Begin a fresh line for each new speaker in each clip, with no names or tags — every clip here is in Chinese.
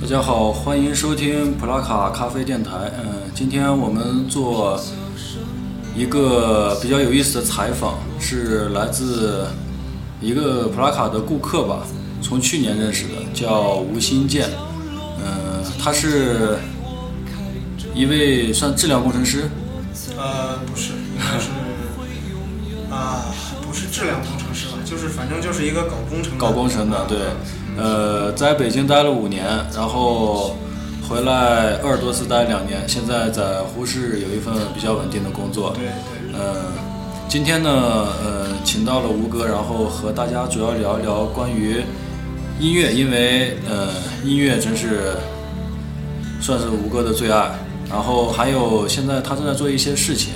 大家好，欢迎收听普拉卡咖啡电台。嗯、今天我们做一个比较有意思的采访，是来自一个普拉卡的顾客吧，从去年认识的，叫吴新建。嗯、他是一位算质量工程师，
呃，不是，应该是啊、不是质量工程师吧，就是反正就是一个搞工程的
搞工程的，对，呃，在北京待了五年，然后回来鄂尔多斯待两年，现在在呼市有一份比较稳定的工作。
对对，
呃，今天呢，呃，请到了吴哥，然后和大家主要聊一聊关于音乐，因为呃，音乐真是算是吴哥的最爱。然后还有现在他正在做一些事情，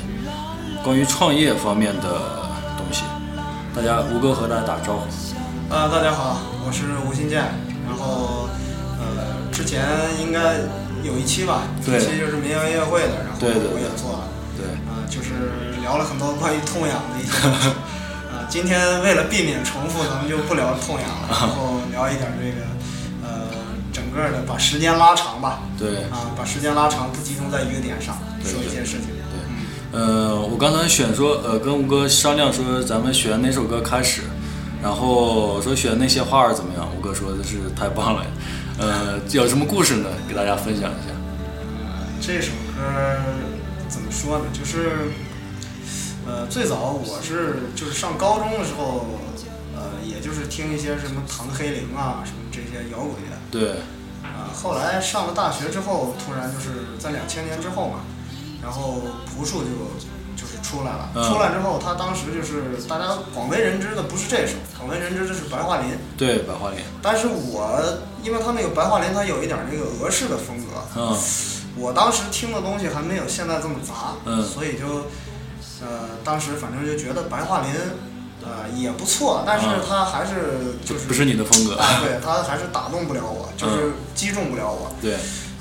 关于创业方面的东西。大家，吴哥和大家打招呼。
啊、大家好，我是吴新建，然后呃，之前应该有一期吧，有
对
一期就是民谣音乐会的，然后
对对
我也做了，
对，
啊、就是聊了很多关于痛痒的一些东 西，啊、今天为了避免重复，咱们就不聊痛痒了，然后聊一点这个呃，整个的把时间拉长吧，
对，
啊，把时间拉长，不集中在一个点上
对
说一
对
件事情。
对呃，我刚才选说，呃，跟吴哥商量说，咱们选哪首歌开始，然后说选那些花儿怎么样？吴哥说的是太棒了，呃，有什么故事呢？给大家分享一下。
嗯呃这首歌怎么说呢？就是，呃，最早我是就是上高中的时候，呃，也就是听一些什么唐黑灵啊，什么这些摇滚乐。
对，
啊、后来上了大学之后，突然就是在两千年之后嘛，然后朴树就就是出来了。
嗯
出来之后，他当时就是大家广为人知的不是这首，广为人知的是白桦林。
对，白桦林，
但是我因为他那个白桦林，它有一点那个俄式的风格，
嗯，
我当时听的东西还没有现在这么杂，
嗯
所以就，呃，当时反正就觉得白桦林，呃，也不错，但是
嗯
它还是就是，
不是你嗯的风格，
啊，对，它还是打动不了我，就是击中不了我。
对，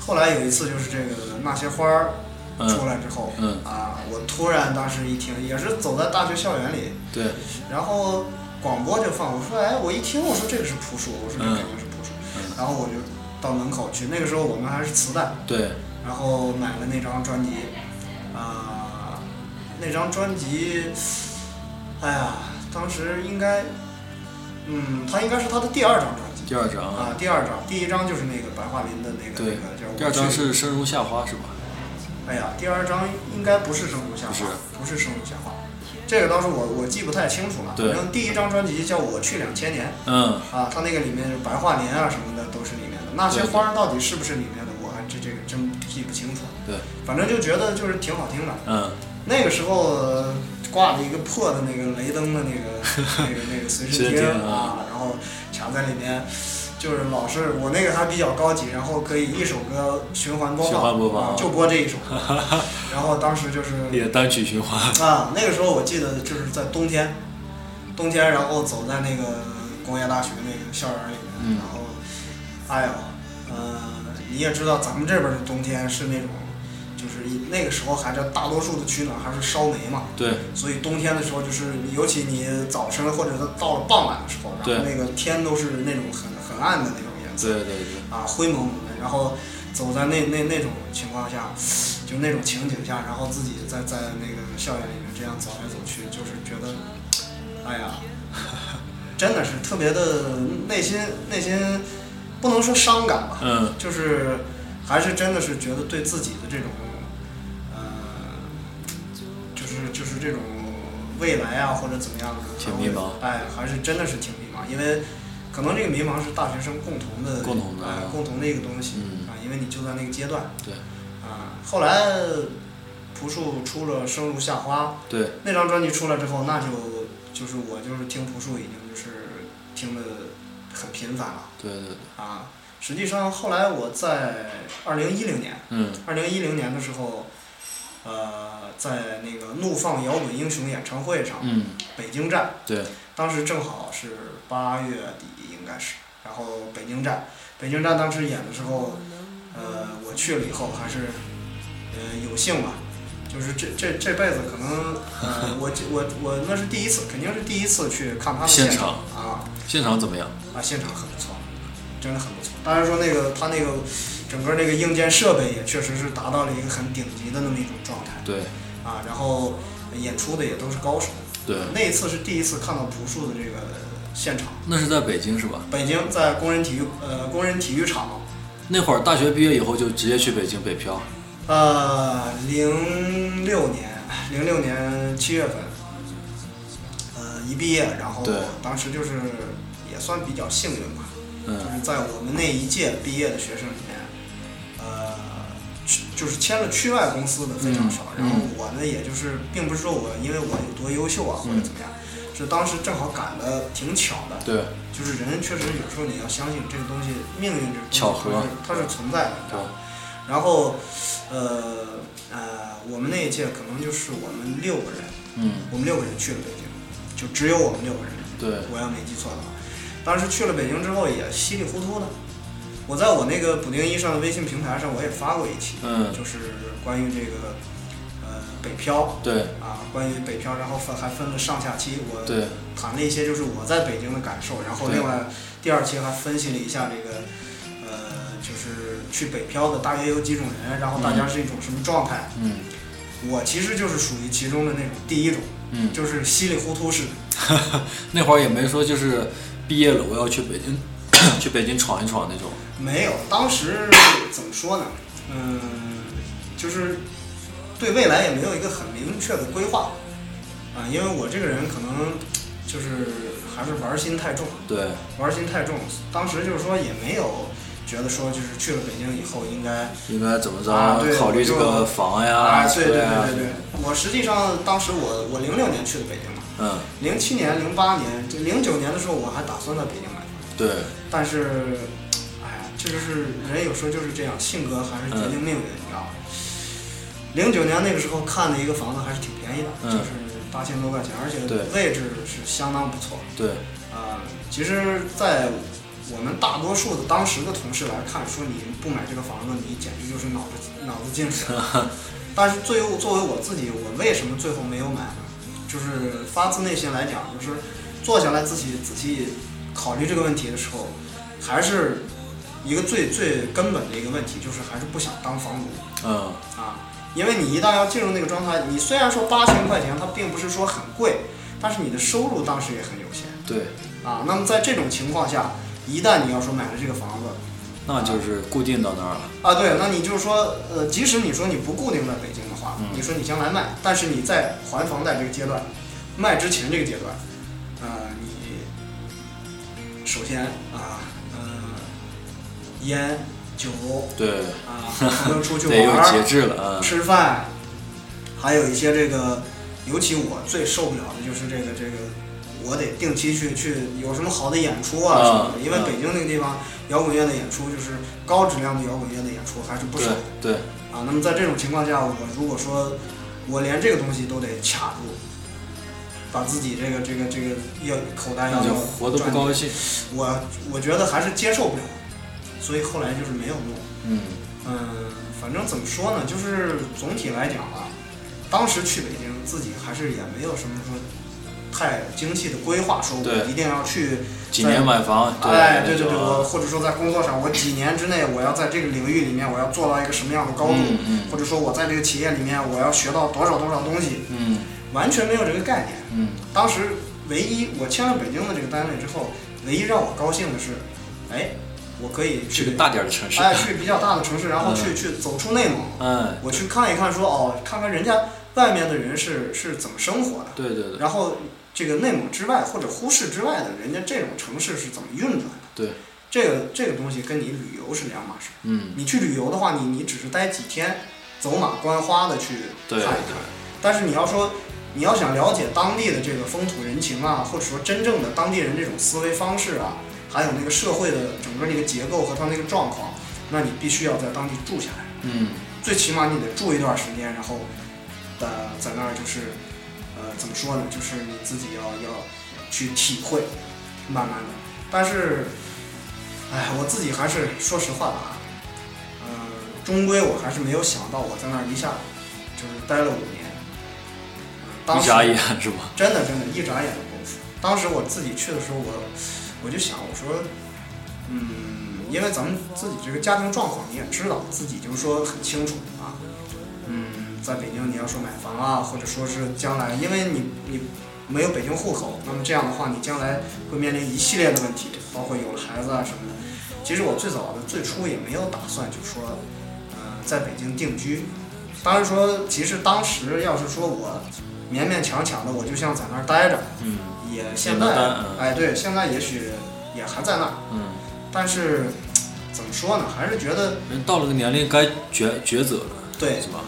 后来有一次就是这个那些花儿出
嗯，
来之后，
嗯
啊，我突然当时一听，也是走在大学校园里，
对，
然后广播就放，我说哎，我一听我说这个是朴树，我说这
嗯
肯定是朴树，
嗯
然后我就到门口去，那个时候我们还是磁带。
对，
然后买了那张专辑，啊、那张专辑，哎呀，当时应该，嗯，它应该是他的第二张专辑
第二张啊，
啊，第二张，第一张就是那个白桦林的那个那
对
个叫，
第二张
我去，
是生如夏花是吧？
哎呀，第二张应该不是生如夏
不是
花，不是生如夏花，这个倒是我我记不太清楚了，
对
反正第一张专辑叫我去两千年
嗯，
啊，它那个里面是白桦林啊什么的都是里面的，那些
对对
花儿到底是不是里面的，我还这这个真记不清楚。
对，
反正就觉得就是挺好听的。
嗯，
那个时候呃挂了一个破的那个雷登的那个那个那个随身
随
听
身听
啊，然后卡在里面，就是老是我那个还比较高级，然后可以一首歌循环播放，
循环播放
啊就播这一首歌。然后当时就是
你的单曲循环，
啊，那个时候我记得就是在冬天，冬天然后走在那个工业大学那个校园里面，
嗯
然后，哎呦，呃，你也知道咱们这边的冬天是那种，就是一那个时候还是大多数的取暖还是烧煤嘛，
对，
所以冬天的时候就是尤其你早晨或者到了傍晚的时候，然后
对
那个天都是那种很很暗的那种颜色
对对对，
啊，灰蒙蒙的，然后走在那那那种情况下，就那种情景下，然后自己在在那个校园里面这样走来走去，就是觉得，哎呀， 真的是特别的内心内心不能说伤感吧，
嗯，
就是还是真的是觉得对自己的这种，呃，就是就是这种未来啊或者怎么样的，
挺迷茫
哎，还是真的是挺迷茫，因为可能这个迷茫是大学生共同的
共同的啊
哎共同的一个东西、
嗯
啊，因为你就在那个阶段
对
啊。后来朴树出了《生如夏花》
对，
那张专辑出来之后，那就就是我就是听朴树已经就是听的很频繁了。
对对对，
啊，实际上后来我在二零一零年，
嗯，
二零一零年的时候，呃，在那个怒放摇滚英雄演唱会上，
嗯，
北京站，
对，
当时正好是八月底，应该是，然后北京站，北京站当时演的时候，呃，我去了以后还是，呃，有幸吧。就是这这这辈子可能，呃，我我我那是第一次，肯定是第一次去看他的
现
现场
场
啊，
现场怎么样？
啊，现场很不错，真的很不错。当然说那个它那个整个那个硬件设备也确实是达到了一个很顶级的那么一种状态
对
啊，然后演出的也都是高手。
对，
那一次是第一次看到朴树的这个现场，
那是在北京是吧？
北京在工人体育呃工人体育场，
那会儿大学毕业以后就直接去北京北漂，
呃，零六年，零六年七月份，呃，一毕业，然后
对
当时就是也算比较幸运吧，就
嗯，
是在我们那一届毕业的学生里面，呃，去就是签了区外公司的非常少，
嗯
然后我呢，也就是并不是说我因为我有多优秀啊或者怎么样，
嗯
是当时正好赶的挺巧的，
对
就是人确实有时候你要相信这个东西，命运这个东西
巧合
它是它是存在的，
对
然后，呃呃，我们那一届可能就是我们六个人，
嗯
我们六个人去了北京，就只有我们六个人，
对，
我要没记错的话。当时去了北京之后也稀里糊涂的，我在我那个补丁一上的微信平台上我也发过一期，
嗯
就是关于这个呃北漂
对
啊，关于北漂，然后分还分了上下期，我
对
谈了一些就是我在北京的感受，然后
对
另外第二期还分析了一下这个，呃，就是去北漂的大约有几种人，然后大家是一种什么状态。
嗯
我其实就是属于其中的那种第一种，
嗯，
就是稀里糊涂式。
那会儿也没说就是毕业了我要去北京 去北京闯一闯那种，
没有，当时怎么说呢？嗯，就是对未来也没有一个很明确的规划啊、因为我这个人可能就是还是玩心太重。
对
玩心太重，当时就是说也没有觉得说就是去了北京以后应该
应该怎么着、
啊对
考虑这
我
个
就啊
房呀、
对对
车呀
对对对，我实际上当时我我零六年去的北京嘛，
嗯
零七年、零八年、这零九年的时候我还打算在北京买，
对
但是，哎呀，这就是人有时候就是这样，性格还是决定命运，你知道吗？零九年那个时候看的一个房子还是挺便宜的，
嗯
就是八千多块钱，而且
对
位置是相当不错。
嗯对
啊，其实，在我们大多数的当时的同事来看，说你不买这个房子，你简直就是脑子脑子进水。但是最后作为我自己，我为什么最后没有买呢？就是发自内心来讲，就是坐下来自己仔细考虑这个问题的时候，还是一个最最根本的一个问题，就是还是不想当房奴。
嗯
啊，因为你一旦要进入那个状态，你虽然说八千块钱它并不是说很贵，但是你的收入当时也很有限
对，
啊。那么在这种情况下，一旦你要说买了这个房子
那就是固定到那儿了，
啊，对，那你就是说，呃，即使你说你不固定在北京的
嗯
话，你说你将来卖，但是你在还房贷这个阶段，卖之前这个阶段，呃，你首先啊，呃，烟酒
对，
啊，和朋友出去
得
玩
有
儿。
节制了，嗯
吃饭，还有一些这个，尤其我最受不了的就是这个这个，我得定期去去有什么好的演出啊
啊
什么的，因为
啊
北京那个地方摇滚乐的演出就是高质量的摇滚乐的演出还是不
对
少的
对
啊。那么在这种情况下，我如果说我连这个东西都得卡住，把自己这个这个这个要口袋要
那就活得不
赚
高兴，
我我觉得还是接受不了，所以后来就是没有弄。
嗯
嗯，反正怎么说呢，就是总体来讲吧，当时去北京自己还是也没有什么说太精细的规划，说我
对
一定要去，
几年买房，对
哎，对
那
对
种
对，
啊
我或者说在工作上，我几年之内我要在这个领域里面我要做到一个什么样的高度，
嗯嗯
或者说我在这个企业里面我要学到多少多少东西，
嗯
完全没有这个概念。
嗯
当时唯一我签了北京的这个单位之后，唯一让我高兴的是，哎，我可以
去
去
个大点儿的城市，
哎去比较大的城市，然后去、
嗯
去走出内蒙。
嗯，
我去看一看说，哦，看看人家外面的人是是怎么生活的，
对对对
然后这个内蒙之外或者呼市之外的人家这种城市是怎么运转的，
对，
这个这个东西跟你旅游是两码事。
嗯
你去旅游的话，你你只是待几天，走马观花的去看
对
一
对
看，但是你要说。你要想了解当地的这个风土人情啊，或者说真正的当地人这种思维方式啊，还有那个社会的整个那个结构和它那个状况，那你必须要在当地住下来。
嗯
最起码你得住一段时间，然后，呃，在那儿就是，呃，怎么说呢？就是你自己要要去体会，慢慢的。但是，哎，我自己还是说实话啊，呃，终归我还是没有想到我在那儿一下就是待了五年，呃、当
一
时
眨眼是吧？
真的真的，一眨眼的功夫。当时我自己去的时候，我我就想，我说，嗯，因为咱们自己这个家庭状况你也知道，自己就是说很清楚啊。嗯，在北京你要说买房啊，或者说是将来，因为你你没有北京户口，那么这样的话，你将来会面临一系列的问题，包括有了孩子啊什么的。其实我最早的最初也没有打算，就说，呃，在北京定居。当然说，其实当时要是说我勉勉强强的，我就想在那儿待着，
嗯
也现
也能待
在
嗯，
哎，对，现在也许也还在那儿，
嗯，
但是怎么说呢，还是觉得
人到了个年龄该抉抉择了，
对
是，吧？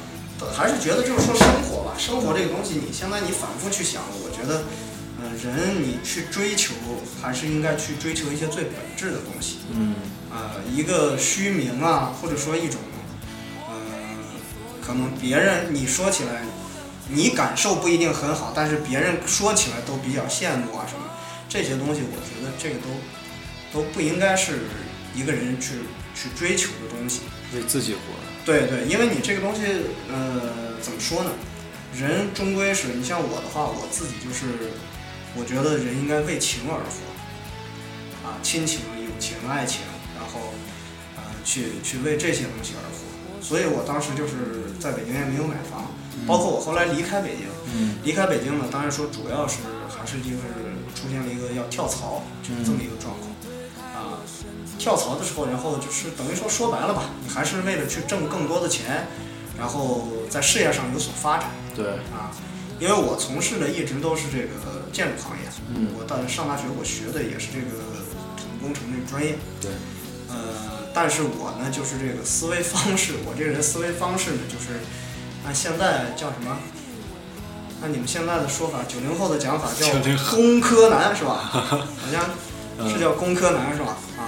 还是觉得就是说生活吧，生活这个东西，你现在你反复去想，我觉得，嗯、人你去追求，还是应该去追求一些最本质的东西，
嗯
呃，一个虚名啊，或者说一种，呃，可能别人你说起来，你感受不一定很好，但是别人说起来都比较羡慕啊什么这些东西，我觉得这个都都不应该是一个人去去追求的东西。
为自己活。
对对，因为你这个东西，呃，怎么说呢？人终归是你像我的话，我自己就是，我觉得人应该为情而活，啊，亲情、友情、爱情，然后，呃，去去为这些东西而活。所以我当时就是在北京也没有买房，包括我后来离开北京，
嗯
离开北京呢，当然说主要是还是就是出现了一个要跳槽，就是这么一个状况。啊，跳槽的时候，然后就是等于说说白了吧，你还是为了去挣更多的钱，然后在事业上有所发展
对，
啊。因为我从事的一直都是这个建筑行业，
嗯
我到上大学我学的也是这个土木工程这个专业，
对，
呃，但是我呢，就是这个思维方式，我这个人思维方式呢，就是按现在叫什么？按你们现在的说法，九零后的讲法叫
90
“
后
工科男”是吧？好 像是叫“工科男”是吧？啊，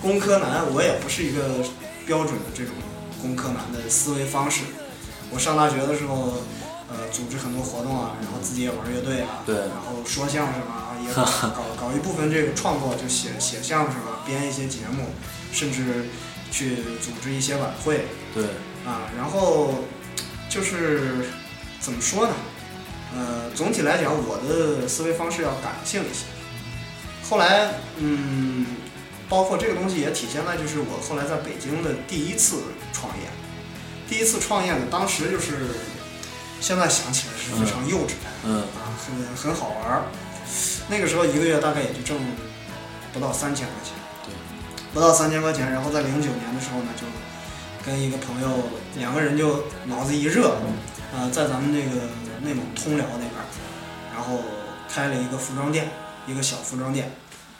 工科男，我也不是一个标准的这种工科男的思维方式。我上大学的时候，呃，组织很多活动啊，然后自己也玩乐队啊，
对
然后说相声啊，也搞搞搞一部分这个创作，就写写相声啊，编一些节目，甚至去组织一些晚会
对，
啊，然后就是怎么说呢？呃，总体来讲，我的思维方式要感性一些。后来，嗯，包括这个东西也体现在就是我后来在北京的第一次创业。第一次创业呢，当时就是现在想起来是非常幼稚的、
嗯
啊，很很好玩儿。那个时候一个月大概也就挣不到三千块钱，
对，
不到三千块钱。然后在零九年的时候呢，就跟一个朋友两个人就脑子一热，呃，在咱们这个内蒙通辽那边儿，然后开了一个服装店，一个小服装店。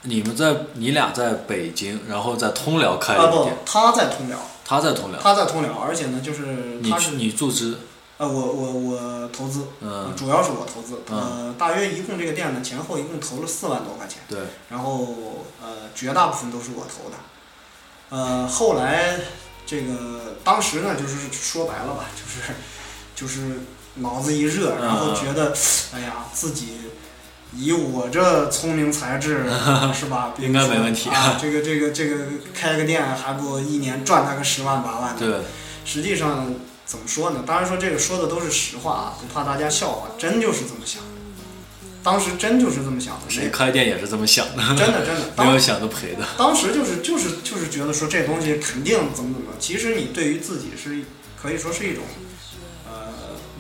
你们在你俩在北京，然后在通辽开
啊
了一
不
店，，
他在通辽，
他在通辽，
他在通辽，而且呢就是
你
他
去
是
你注资，
呃我我我投资，
嗯，
主要是我投资，
嗯
呃大约一共这个店呢前后一共投了四万多块钱。
对，
然后呃，绝大部分都是我投的。呃，后来这个当时呢，就是说白了吧，就是就是脑子一热，
嗯
然后觉得，哎呀，自己以我这聪明 才智是吧，
应该没问题
啊。这个这个这个开个店还不一年赚他个十万八万的，
对，
实际上怎么说呢？当然说这个说的都是实话啊，不怕大家笑话，真就是这么想的。当时真就是这么想的，
谁开店也是这么想的，
没真的真 的，
没
当
有想着赔的，
当时就是就是就是觉得说这东西肯定怎么怎么，其实你对于自己是可以说是一种，呃，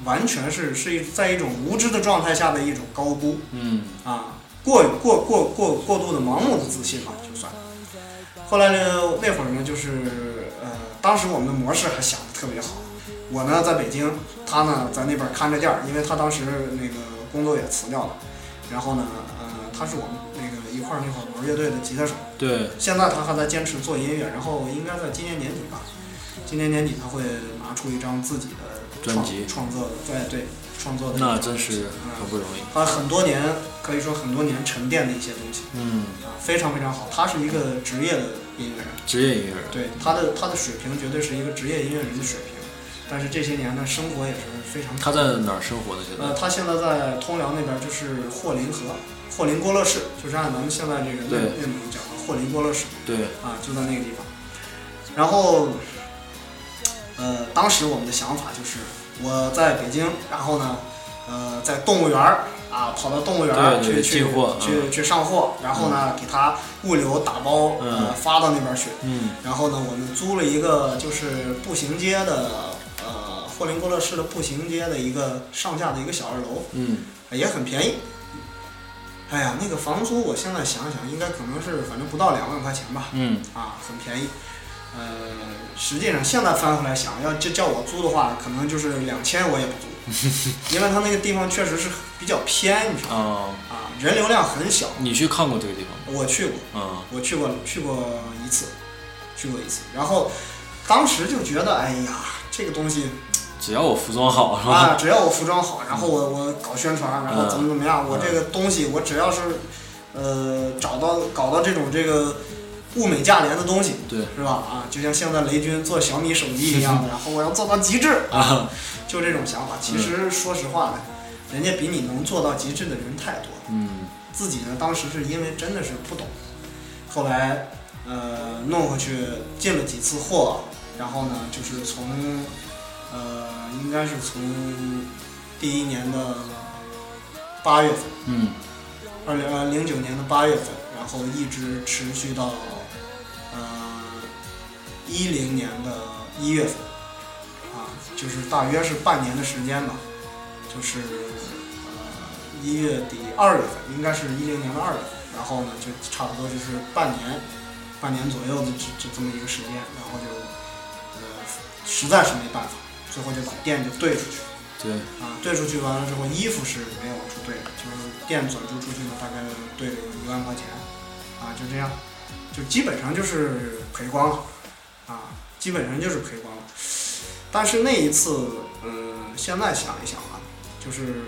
完全是是一在一种无知的状态下的一种高估
嗯
啊，过过过过过度的盲目的自信吧，就算。后来呢，那会儿呢，就是呃，当时我们的模式还想的特别好，我呢在北京，他呢在那边看着店儿，因为他当时那个工作也辞掉了，然后呢，呃，他是我们那个一块儿那会儿玩乐队的吉他手。
对，
现在他还在坚持做音乐，然后应该在今年年底吧，今年年底他会拿出一张自己的
专辑
创创作的，对对，创作的一张
那
专
真
辑
是很
嗯
不容易，
他很多年可以说很多年沉淀的一些东西
嗯，
啊，非常非常好。他是一个职业的音乐人，
职业音乐人，
对他的他的水平绝对是一个职业音乐人的水平，但是这些年呢，生活也是非常
他在哪儿生活呢？现
呃，
在？
他现在在通辽那边就是霍林河，霍林郭勒市，就是按咱们现在这个内
对
内蒙讲的霍林郭勒市。
对，
啊，就在那个地方。然后，呃，当时我们的想法就是我在北京，然后呢，呃，在动物园儿啊，跑到动物园儿
对对对
去去
寄货嗯
去去上货，然后呢，给他物流打包，呃，发到那边去。
嗯
然后呢，我们租了一个就是步行街的，呃，霍林郭勒市的步行街的一个上下的一个小二楼，
嗯，
也很便宜。哎呀，那个房租我现在想想，应该可能是反正不到两万块钱吧，
嗯，
啊，很便宜。呃，实际上现在翻回来想，要就叫我租的话，可能就是两千我也不租，因为它那个地方确实是比较偏，你知道吗？
啊，
啊，人流量很小。
你去看过这个地方吗？
我去过，
啊，
我去过去过一次，去过一次。然后当时就觉得，哎呀，这个东西
只要我服装好，是吧？
啊，只要我服装好，然后我我搞宣传，然后怎么怎么样，我这个东西我只要是呃找到搞到这种这个物美价廉的东西，
对
是吧？啊，就像现在雷军做小米手机一样的，然后我要做到极致，
啊，
就这种想法。其实说实话呢，人家比你能做到极致的人太多了。
嗯
自己呢，当时是因为真的是不懂，后来呃弄回去进了几次货，然后呢就是从呃应该是从第一年的八月份，
嗯
二零呃零九年的八月份，然后一直持续到呃一零年的一月份，啊，就是大约是半年的时间吧，就是呃一月底二月份，应该是一零年的二月份，然后呢就差不多就是半年，半年左右的这这这么一个时间，然后就呃实在是没办法，最后就把店就兑出去了。
对，
啊，兑出去完了之后，衣服是没有出兑的，就是店转租出去呢，大概兑了有一万块钱，啊，就这样，就基本上就是赔光了，啊，基本上就是赔光了。但是那一次，嗯，现在想一想啊，就是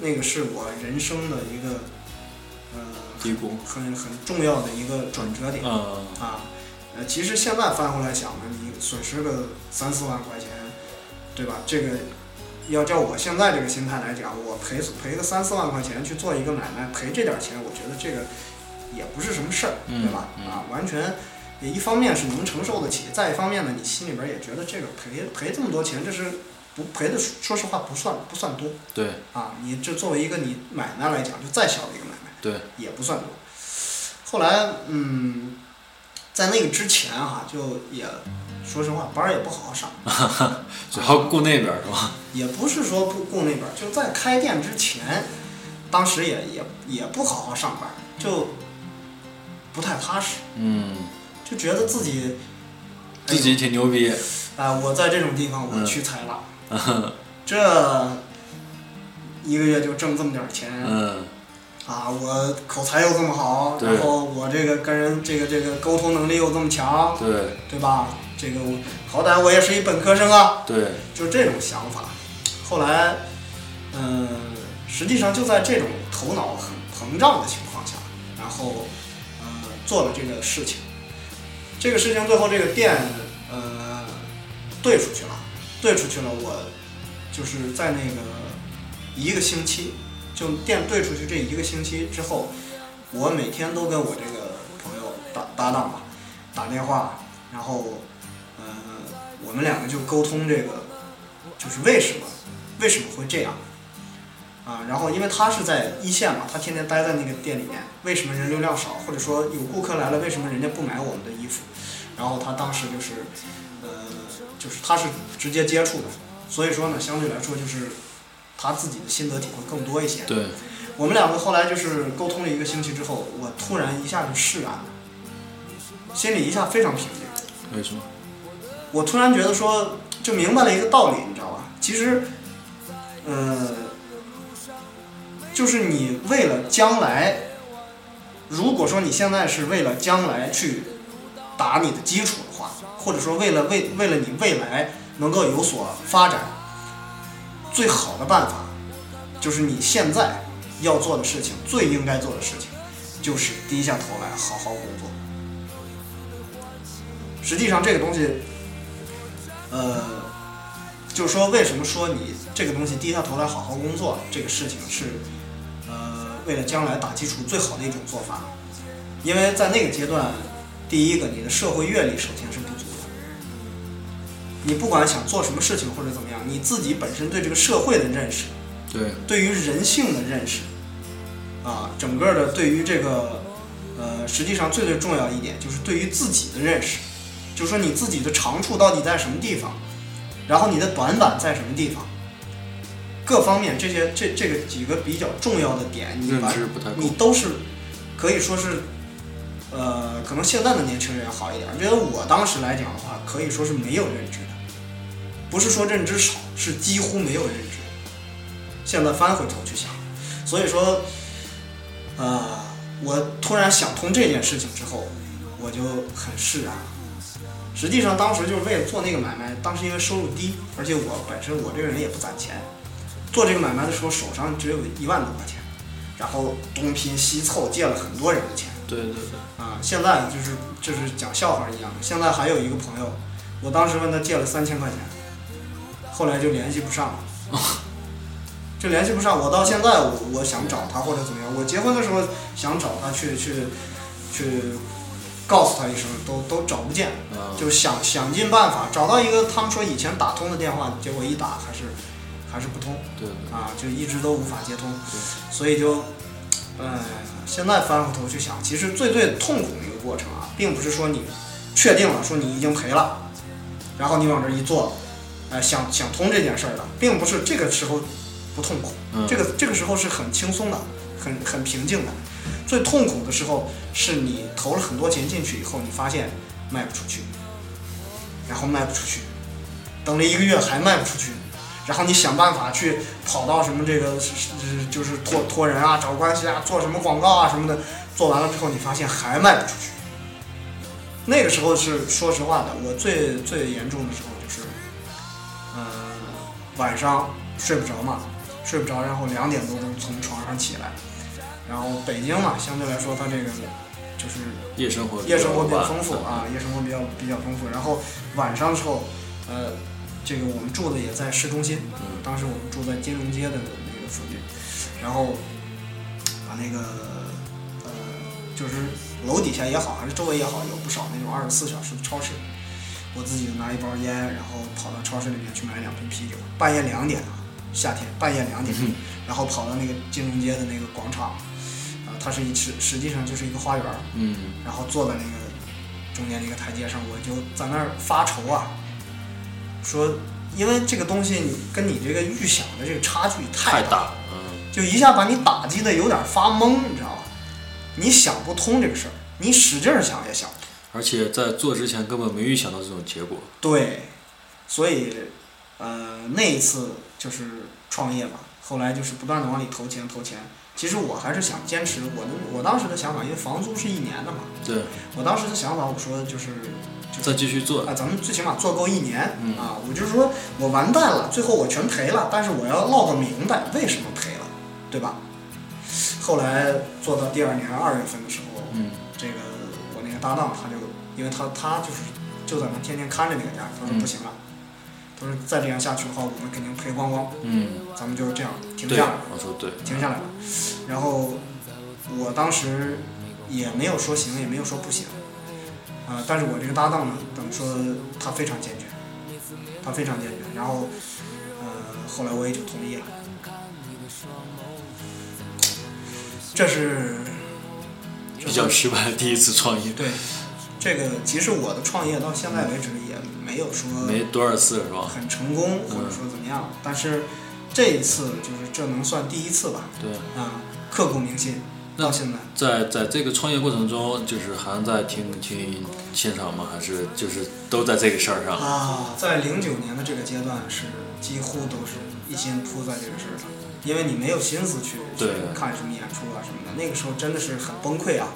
那个是我人生的一个，呃，
低谷，
很很重要的一个转折点
啊，
啊。呃，其实现在翻回来想呢，你损失个三四万块钱，对吧？这个要照我现在这个心态来讲，我赔赔个三四万块钱去做一个买卖，赔这点钱，我觉得这个也不是什么事儿，
嗯
对吧？
嗯
啊，完全也一方面是能承受得起，再一方面呢，你心里边也觉得这个赔赔这么多钱，这是不赔的，说实话不算不算多
对
啊。你这作为一个你买卖来讲，就再小的一个买卖。
对，
也不算多。后来，嗯，在那个之前哈、就也说实话，班儿也不好好上，
主要顾那边儿是吧？
也不是说不供那边儿，就在开店之前，当时也也也不好好上班儿，就不太踏实，
嗯，
就觉得自己哎
自己挺牛逼，
啊、我在这种地方我
嗯
屈才了，
嗯
这一个月就挣这么点儿钱，
嗯
啊，我口才又这么好，
对
然后我这个跟人这个这个沟通能力又这么强，
对
对吧？这个我好歹我也是一本科生啊，
对，
就这种想法。后来，嗯、实际上就在这种头脑很膨胀的情况下，然后呃做了这个事情。这个事情最后这个店呃兑出去了，兑出去了。我就是在那个一个星期，就店兑出去这一个星期之后，我每天都跟我这个朋友搭搭档吧，打电话，然后呃，我们两个就沟通这个，就是为什么为什么会这样啊？然后因为他是在一线嘛，他天天待在那个店里面，为什么人流量少，或者说有顾客来了，为什么人家不买我们的衣服？然后他当时就是，呃，就是他是直接接触的，所以说呢，相对来说就是他自己的心得体会更多一些。
对，
我们两个后来就是沟通了一个星期之后，我突然一下就释然了，心里一下非常平静。
为什么？
我突然觉得说，就明白了一个道理，你知道吧？其实，呃，就是你为了将来，如果说你现在是为了将来去打你的基础的话，或者说为了为为了你未来能够有所发展，最好的办法就是你现在要做的事情，最应该做的事情，就是低下头来好好工作。实际上这个东西，呃，就是说为什么说你这个东西低下头来好好工作这个事情是，呃，为了将来打基础最好的一种做法，因为在那个阶段，第一个你的社会阅历首先是不足的，你不管想做什么事情或者怎么样，你自己本身对这个社会的认识
对，
对于人性的认识，啊，整个的对于这个，呃，实际上最最重要一点就是对于自己的认识，就说你自己的长处到底在什么地方，然后你的短板在什么地方，各方面这些这这个几个比较重要的点，你
认
把
知不太够
你。都是可以说是，呃，可能现在的年轻人要好一点。因为我当时来讲的话，可以说是没有认知的，不是说认知少，是几乎没有认知。现在翻回头去想，所以说，呃，我突然想通这件事情之后，我就很释然了。实际上，当时就是为了做那个买卖，当时因为收入低，而且我本身我这个人也不攒钱，做这个买卖的时候手上只有一万多块钱，然后东拼西凑借了很多人的钱
对对对，
啊。现在就是就是讲笑话一样，现在还有一个朋友，我当时问他借了三千块钱，后来就联系不上了，就联系不上。我到现在我我想找他或者怎么样，我结婚的时候想找他去去去告诉他一声，都都找不见。
啊，
就想想尽办法找到一个他们说以前打通的电话，结果一打还是还是不通
对对
啊，就一直都无法接通，
对
所以就，呃，现在翻回头去想，其实最最痛苦的一个过程啊，并不是说你确定了说你已经赔了，然后你往这一坐，呃，想想通这件事儿了，并不是这个时候不痛苦，
嗯
这个这个时候是很轻松的，很很平静的。最痛苦的时候是你投了很多钱进去以后，你发现卖不出去，然后卖不出去，等了一个月还卖不出去，然后你想办法去跑到什么这个是是就是托托人啊，找关系啊，做什么广告啊什么的，做完了之后你发现还卖不出去。那个时候是说实话的，我最最严重的时候就是，呃，晚上睡不着嘛，睡不着，然后两点多钟从床上起来，然后北京嘛，相对来说它这个就是
嗯夜生活
夜生活比较
晚
丰富啊，夜生活比较比较丰富。然后晚上的时候，呃，这个我们住的也在市中心，
嗯
当时我们住在金融街的那个附近，然后把那个呃，就是楼底下也好，还是周围也好，有不少那种二十四小时的超市。我自己就拿一包烟，然后跑到超市里面去买两瓶啤酒，半夜两点啊，夏天半夜两点，然后跑到那个金融街的那个广场，啊、它是一实实际上就是一个花园儿，
嗯，
然后坐在那个中间那个台阶上，我就在那儿发愁啊，说，因为这个东西你跟你这个预想的这个差距
太
太大，
大，嗯，
就一下把你打击的有点发懵，你知道吧？你想不通这个事儿，你使劲儿想也想不通。
而且在做之前根本没预想到这种结果，
对，所以，呃，那一次就是创业吧，后来就是不断的往里投钱投钱。其实我还是想坚持我的我当时的想法，因为房租是一年的嘛，
对，
我当时的想法，我说就是
再继续做，
啊，咱们最起码做够一年、
嗯
啊。我就是说我完蛋了，最后我全赔了，但是我要落个明白为什么赔了，对吧？后来做到第二年二月份的时候，
嗯
这个我那个搭档他就，因为他他就是就在那天天看着那个家，他说
嗯
不行了，他说再这样下去的话，我们肯定赔光光，
嗯，
咱们就这样停
对，
下来。
我说对，
停下来了。然后我当时也没有说行，也没有说不行，啊、但是我这个搭档呢，怎么说，他非常坚决，他非常坚决。然后，呃，后来我也就同意了。这是这是
比较失败，第一次创业，
对，这个其实我的创业到现在为止也没有说
没多少次是吧？
很成功，或者说怎么样，但是这一次就是这能算第一次吧，
对，
啊、刻骨铭心
那
到现在。
在在这个创业过程中，就是还在听听现场吗？还是就是都在这个事儿上？
啊，在零九年的这个阶段是几乎都是一心扑在这个事儿上，因为你没有心思去去
对
看什么演出啊什么的，那个时候真的是很崩溃啊，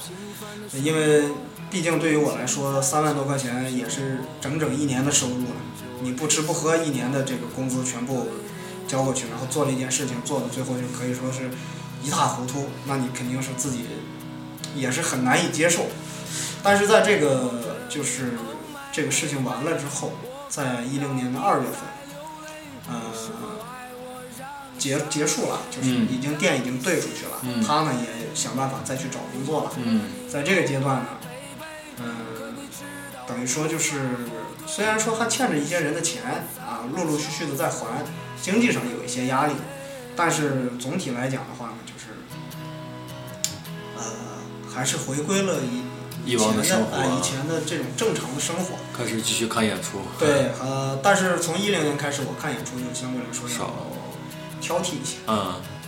因为毕竟对于我来说，三万多块钱也是整整一年的收入了，你不吃不喝一年的这个工资全部交过去，然后做了一件事情，做的最后就可以说是一塌糊涂，那你肯定是自己也是很难以接受。但是在这个就是这个事情完了之后，在一零年的二月份，呃，结结束了，就是
嗯
已经店已经兑出去了，
嗯
他呢也想办法再去找工作了。
嗯，
在这个阶段呢，嗯、等于说就是虽然说还欠着一些人的钱啊，陆陆续续的在还，经济上有一些压力，但是总体来讲的话呢，就是，呃，还是回归了以
以往的
前
生活啊
哎以前的这种正常的生活。
开始继续看演出，
对，呃，但是从一零年开始，我看演出就相对来说
少
要挑剔一些
嗯，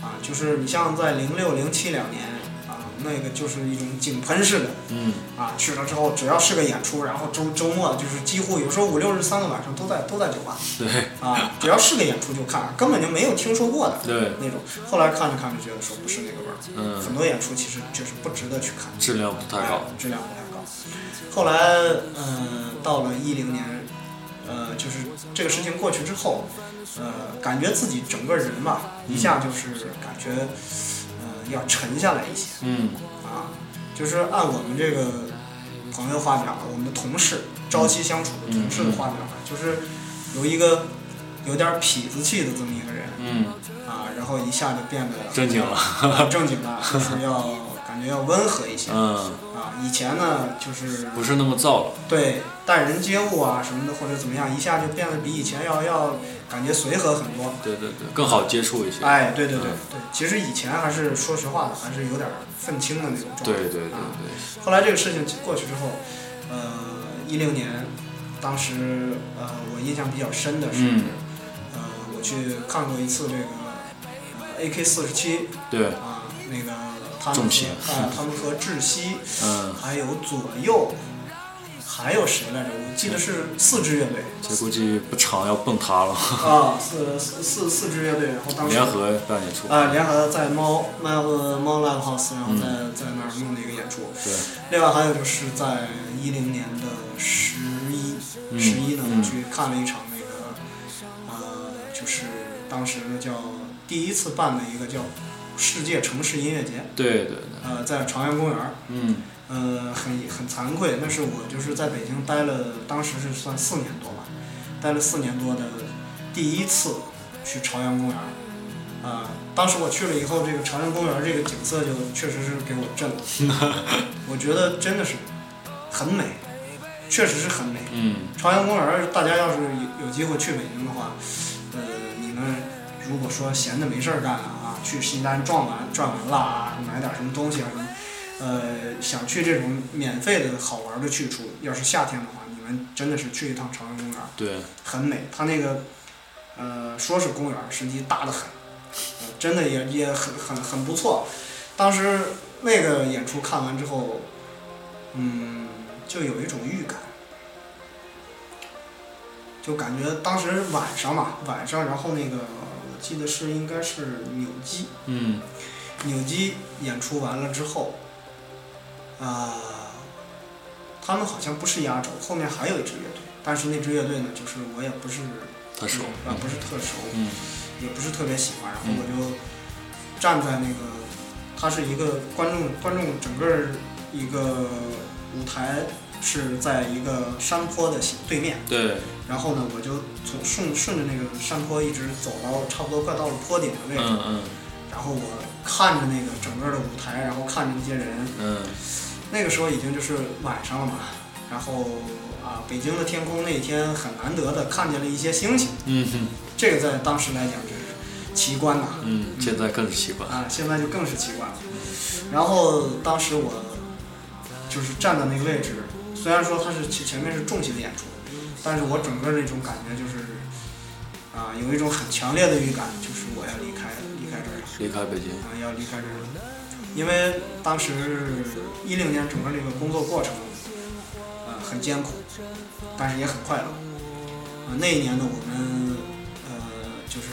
啊，就是你像在零六零七两年啊，那个就是一种井喷式的
嗯，
啊，去了之后只要是个演出，然后周周末就是几乎有时候五六日三个晚上都在都在酒吧
对
啊，只要是个演出就看，根本就没有听说过的
对，
那种。后来看着看着觉得说不是那个味儿，很
嗯，
多演出其实就是不值得去看。
质量不太高
哎，质量不太高。后来，嗯、到了一零年，呃，就是这个事情过去之后，呃，感觉自己整个人吧，
嗯
一下就是感觉，呃，要沉下来一些
嗯
啊。就是按我们这个朋友话讲，我们的同事朝夕相处的同事的话讲，
嗯
就是由一个有点痞子气的这么一个人
嗯，
啊，然后一下就变得
正经了，
很正经 了，就是要感觉要温和一些。
嗯，
啊，以前呢就是
不是那么燥了，
对待人接物啊什么的，或者怎么样，一下就变得比以前要要感觉随和很多。
对对对，更好接触一些，
哎，对对对
嗯
对，其实以前还是说实话的，还是有点愤青的那种状态。
对对对
啊。
对，
后来这个事情过去之后，呃，一六年，当时呃我印象比较深的是，
嗯
呃我去看过一次这个呃 AK 四十七
对，
啊那个他们
重
和
型
啊他们和窒息。
嗯，
还有左右，还有谁来着？我记得是四支乐 队
这估计不长要崩塌了，
啊，四四四四支乐队，然后当时
联合办演出，
啊联合在猫猫呃猫 live house，然后在、
嗯
在那儿弄的一个演出。
对，
另外还有就是在一零年的十一、
嗯
十一呢，
嗯
我去看了一场那个呃，就是当时叫第一次办的一个叫世界城市音乐节，
对对对，
呃，在朝阳公园儿。
嗯
呃，很很惭愧，那是我就是在北京待了，当时是算四年多吧，待了四年多的第一次去朝阳公园儿，啊、当时我去了以后，这个朝阳公园儿这个景色就确实是给我震了，我觉得真的是很美，确实是很美。
嗯，
朝阳公园儿，大家要是有有机会去北京的话，呃，你们如果说闲的没事儿干啊，去西单转完转完了啊，买点什么东西啊什么，呃，想去这种免费的好玩的去处，要是夏天的话，你们真的是去一趟朝阳公园儿，
对，
很美。它那个，呃，说是公园儿，实际大得很，呃真的也也很很很不错。当时那个演出看完之后，嗯，就有一种预感，就感觉当时晚上嘛，晚上，然后那个我记得是应该是扭机，
嗯
扭机演出完了之后，啊、他们好像不是压轴，后面还有一支乐队，但是那支乐队呢，就是我也不是
太熟，
啊，不是特熟，
嗯
也不是特别喜欢，然后
嗯
我就站在那个，它是一个观众观众整个儿一个舞台是在一个山坡的对面，
对，
然后呢，我就从顺顺着那个山坡一直走到差不多快到了坡顶的位置，
嗯嗯
然后我看着那个整个的舞台，然后看着那些人，
嗯，
那个时候已经就是晚上了嘛，然后啊，北京的天空那一天很难得的看见了一些星星，
嗯哼
这个在当时来讲真是奇观呐、
嗯，现在更是习惯，
啊，现在就更是奇怪了。然后当时我就是站在那个位置，虽然说它是前前面是重型演出，但是我整个那种感觉就是啊、有一种很强烈的预感，就是我要离开离开这儿了，
离开北京，
啊、要离开这儿了。因为当时一零年整个这个工作过程，呃，很艰苦，但是也很快乐。啊、那一年呢，我们呃就是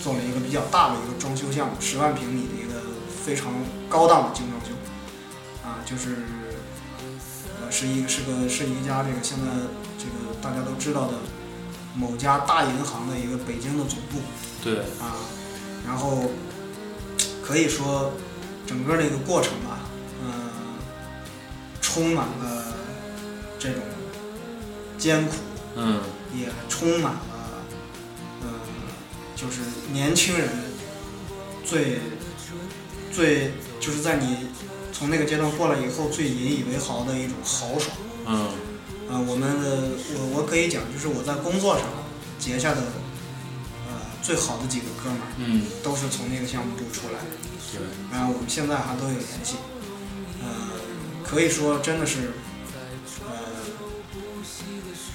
做了一个比较大的一个装修项目，十万平米的一个非常高档的精装修，啊，就是呃是一个是个是一家这个现在这个大家都知道的某家大银行的一个北京的总部，
对，
啊，然后可以说整个这个过程吧，嗯、充满了这种艰苦，
嗯
也充满了嗯、就是年轻人最最就是在你从那个阶段过来以后最引以为豪的一种豪爽。
嗯
呃，我们的我我可以讲，就是我在工作上结下的呃最好的几个哥们儿
嗯，
都是从那个项目组出来的，
对，
然后我们现在还都有联系，呃，可以说真的是，呃，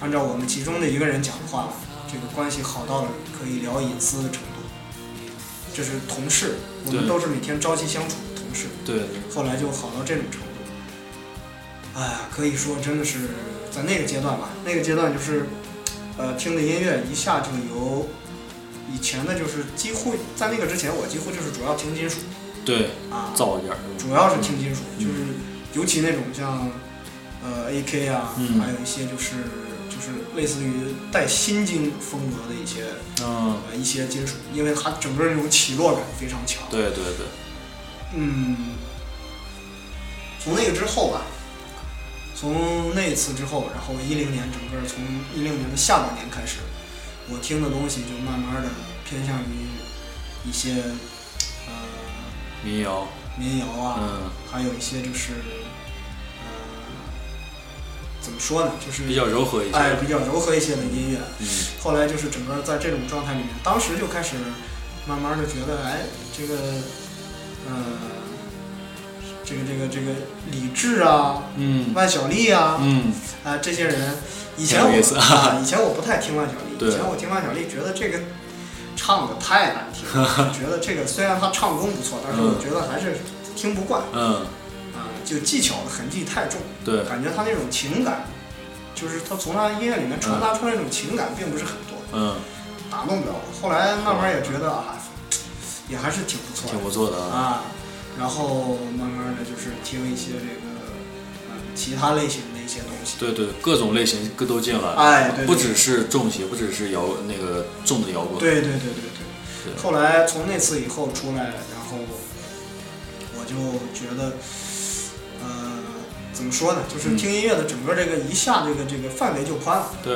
按照我们其中的一个人讲的话，这个关系好到了可以聊隐私的程度，这是同事，我们
对
都是每天朝夕相处的同事，
对，
后来就好到这种程度。哎呀，可以说真的是在那个阶段吧，那个阶段就是，呃，听的音乐一下就由以前的，就是几乎在那个之前，我几乎就是主要听金属
对，
啊，
燥一点儿，
主要是听金属，
嗯
就是尤其那种像呃 AK 啊，
嗯
还有一些就是就是类似于带新金风格的一些
嗯，
呃一些金属，因为它整个那种起落感非常强。
对对对，
嗯，从那个之后吧，从那次之后，然后一零年整个从一零年的下半年开始，我听的东西就慢慢的偏向于一些呃
民谣，
民谣啊，
嗯，
还有一些就是呃怎么说呢，就是
比较柔和一
哎
些，
比较柔和一些的音乐。
嗯，
后来就是整个在这种状态里面，当时就开始慢慢的觉得，哎，这个，呃，这个这个这个李志啊，
嗯
万晓利啊，
嗯，
啊、这些人，以前
挺有意思
我啊，以前我不太听万晓利，
对
以前我听万晓利觉得这个唱的太难听了，觉得这个虽然他唱功不错，但是我
嗯
觉得还是听不惯啊、
嗯，
就技巧的痕迹太重。
对，
感觉他那种情感，就是他从他音乐里面传达出来那种情感，并不是很多，
嗯，
打动不了我。后来慢慢也觉得啊，也还是挺不错
挺
的
不错的啊，
啊。然后慢慢的就是听一些这个呃其他类型的一些东西。
对对，各种类型各都进来了，
哎，对，对
不只是重型，不只是摇那个重的摇滚，
对对对对对
对
后来从那次以后出来，然后我就觉得，呃，怎么说呢？就是
嗯
听音乐的整个这个一下这个这个范围就宽了
对，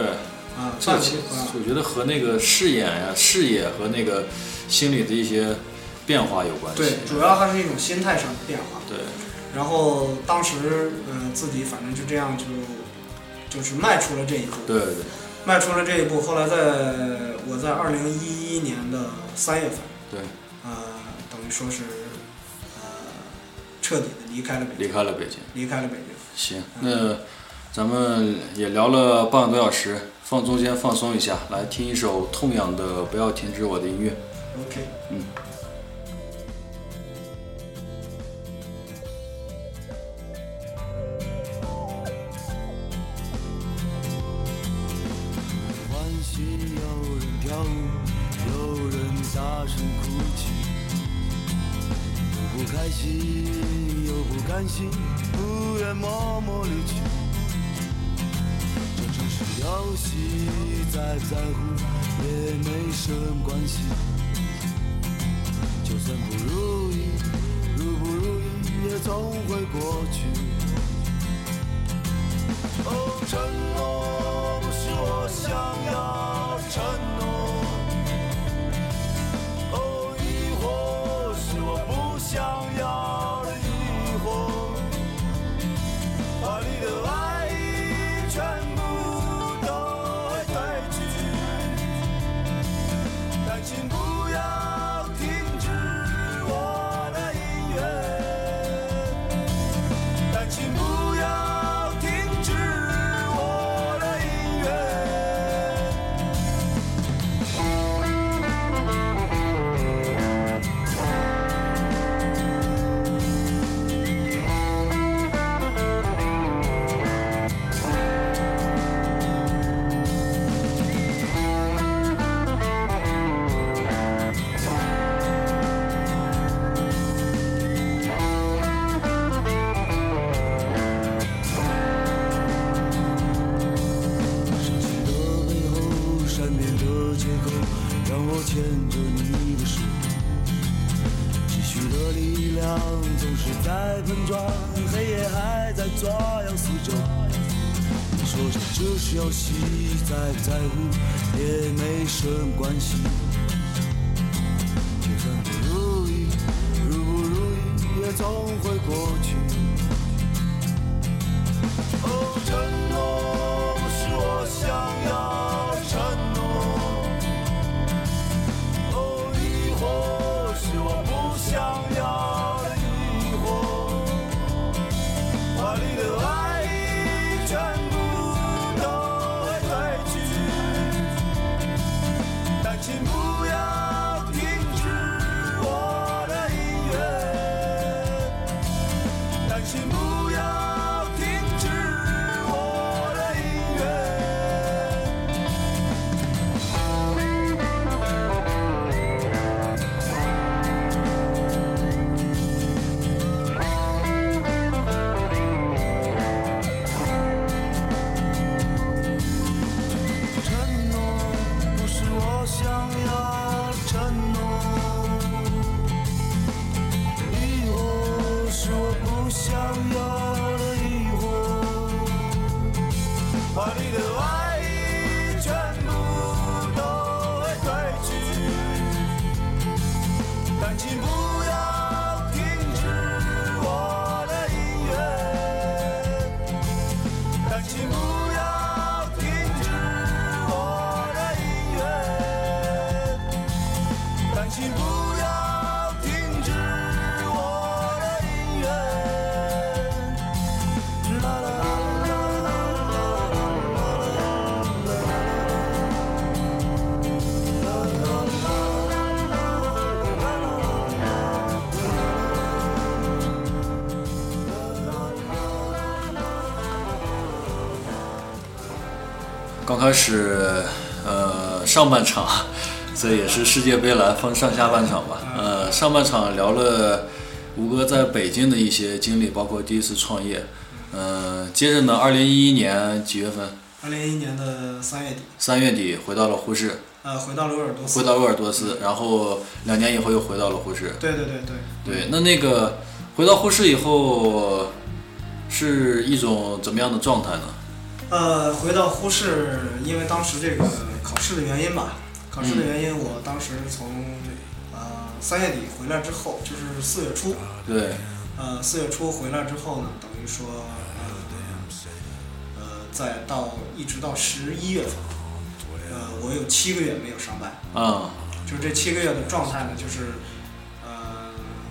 啊，
这
范
个
围
其
就宽了。
我觉得和那个视野呀、视野和那个心理的一些变化有关系，
对，主要还是一种心态上的变化。
对，
然后当时，嗯、自己反正就这样就，就是迈出了这一步，
对对
迈出了这一步。后来在我在二零一一年的三月份，
对，
呃，等于说是，呃，彻底的离开了北
离
京，
开了北京。
离开了北京。
行，那咱们也聊了半个多小时，放中间放松一下，来听一首痛痒的《不要停止我的音乐》。
OK。
欢喜，有人跳舞，有人大声哭泣，有不开心，有不甘心，不愿默默离去。这只是游戏，在不在乎也没什么关系。就算不如意，如不如意也总会过去。哦，承诺不是我想要的承诺，哦，疑惑是我不想要的疑惑，把你的爱全部都会褪去，但请不要停止我的音乐。但请不要停止我的音乐。的背后，善变的借口，让我牵着你的手。积蓄的力量总是在碰撞，黑夜还在左右四周。你说这只是游戏，在不在乎也没什么关系。就算不如意，如不如意也总会过去。哦，承诺不是我想要的承诺，爱情不要停止我的音乐，爱情不要停止我的音乐，爱情不要停止我的音乐。啦啦啦啦啦
刚开始，呃，上半场， 这也是世界杯来分上下半场吧。呃，上半场聊了吴哥在北京的一些经历，包括第一次创业。呃，接着呢，二零一一年几月份？
二零一一年的三月底，
三月底回到了呼市，
呃，回到了鄂尔多斯。
回到鄂尔多斯，然后两年以后又回到了呼市。
对对对对，
对，那那个回到呼市以后，是一种怎么样的状态呢？
呃，回到呼市，因为当时这个考试的原因吧，考
嗯
试的原因，我当时从呃三月底回来之后，就是四月初，
对，
呃，四月初回来之后呢，等于说，呃，呃，再到一直到十一月份，呃，我有七个月没有上班，
啊、
就是这七个月的状态呢，就是，呃，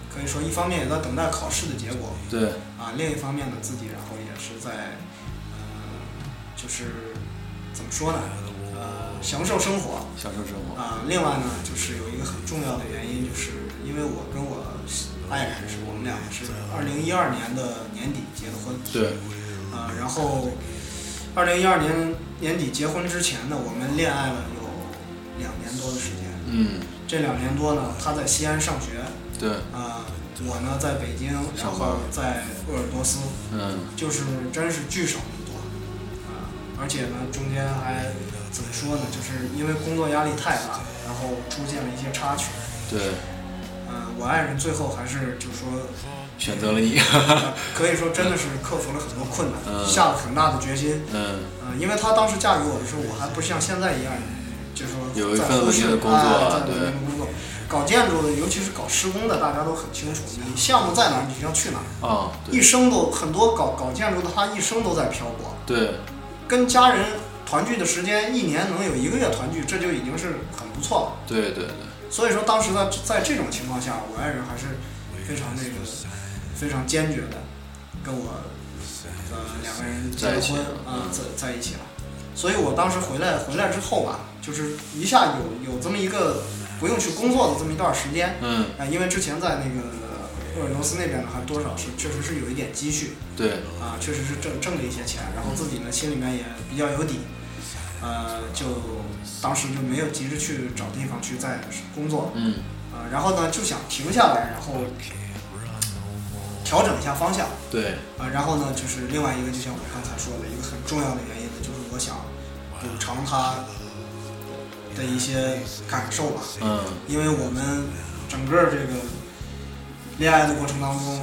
可以说一方面也在等待考试的结果，
对，
啊，另一方面呢，自己然后也是在，呃，就是怎么说呢，呃，享受生活，
享受生活。
啊，另外呢，就是有一个很重要的原因，就是因为我跟我爱人是我们俩是二零一二年的年底结的婚，
对，
啊，然后二零一二年年底结婚之前呢，我们恋爱了有两年多的时间，
嗯，
这两年多呢，他在西安上学，
对，
啊，我呢在北京，然
上班
后在鄂尔多斯，
嗯，
就是真是聚少离多，啊，而且呢，中间还呃怎么说呢，就是因为工作压力太大，然后出现了一些插曲。
对，
嗯，我爱人最后还是就是说，
选择了你。
呃可以说真的是克服了很多困难，
嗯
下了很大的决心。
嗯，
嗯，因为她当时嫁给我的时候，我还不像现在一样，就是说
有一
在
份
都
稳
市
定的工作
哎
啊
在
对
稳定的工作。搞建筑的，尤其是搞施工的，大家都很清楚，你项目在哪儿，你就要去哪儿。
啊，
一
对，
生都很多搞搞建筑的，他一生都在漂泊，
对，
跟家人团聚的时间一年能有一个月团聚，这就已经是很不错了。
对，对，对，
所以说当时在在这种情况下，我爱人还是非常那个非常坚决的跟我呃两个人结
在一
了
起
婚
了
啊、
嗯
在在一起了。所以我当时回来回来之后吧，就是一下有有这么一个不用去工作的这么一段时间
嗯，
啊、因为之前在那个鄂尔多斯那边呢，还多少是确实是有一点积蓄。
对，
啊，确实是挣挣了一些钱，然后自己呢心里面也比较有底，呃，就当时就没有急着去找地方去再工作，
嗯，
啊，然后呢就想停下来，然后调整一下方向，
对，
啊，然后呢就是另外一个，就像我刚才说的一个很重要的原因呢，就是我想补偿他的一些感受吧，
嗯，
因为我们整个这个恋爱的过程当中，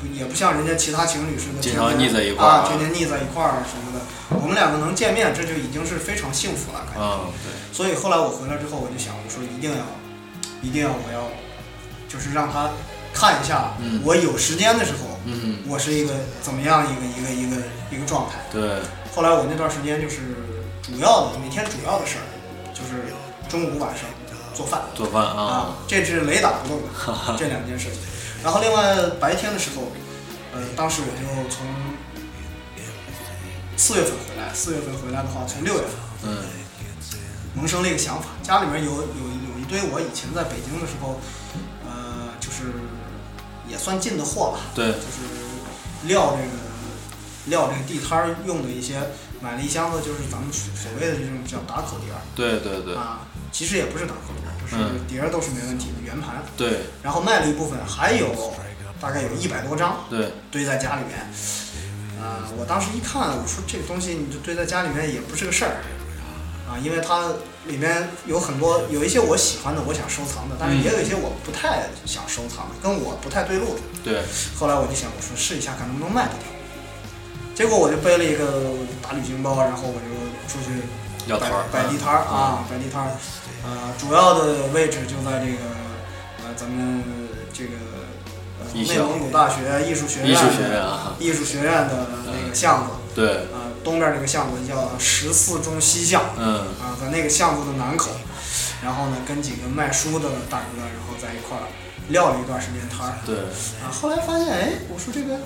不也不像人家其他情侣似的，
经常
天天
腻在一块儿
啊，天天腻在一块儿什么的。我们两个能见面，这就已经是非常幸福了。感觉
啊，对，
所以后来我回来之后，我就想，我说一定要，一定要，我要，就是让他看一下，
嗯
我有时间的时候，
嗯，
我是一个怎么样一个一个一个一个状态。
对，
后来我那段时间就是主要的每天主要的事儿，就是中午晚上做饭。
做饭
啊
啊，，
这是雷打不 动的这两件事情。然后另外白天的时候，呃，当时我就从四月份回来，四月份回来的话，从六月份
嗯，
萌生了一个想法，家里面有有有一堆我以前在北京的时候，呃，就是也算进的货吧，
对
就，是撂这个撂这个地摊儿用的一些，买了一箱子，就是咱们所所谓的这种叫打口碟儿
对，对，对，
啊，其实也不是打口碟儿，就是
嗯
碟儿都是没问题的圆盘。
对，
然后卖了一部分，还有大概有一百多张
对，
堆在家里面。啊、我当时一看，我说这个东西你就堆在家里面也不是个事儿啊，因为它里面有很多有一些我喜欢的，我想收藏的，但是
嗯
也有一些我不太想收藏的，跟我不太对路的。
对，
后来我就想，我说试一下看能不能卖得掉。结果我就背了一个大旅行包，然后我就出去
要摊
摆
儿，
啊
嗯
摆地摊儿啊，摆地摊儿，呃，主要的位置就在这个呃咱们这个、呃、
艺校
内蒙古大学艺术学院
艺术学院嗯啊，
艺术学院的那个巷子，
对，
呃，东边那个巷子叫十四中西巷，
嗯，
啊、在那个巷子的南口，然后呢，跟几个卖书的大哥，然后在一块儿撂了一段时间摊儿，
对，
啊，后来发现，哎，我说这个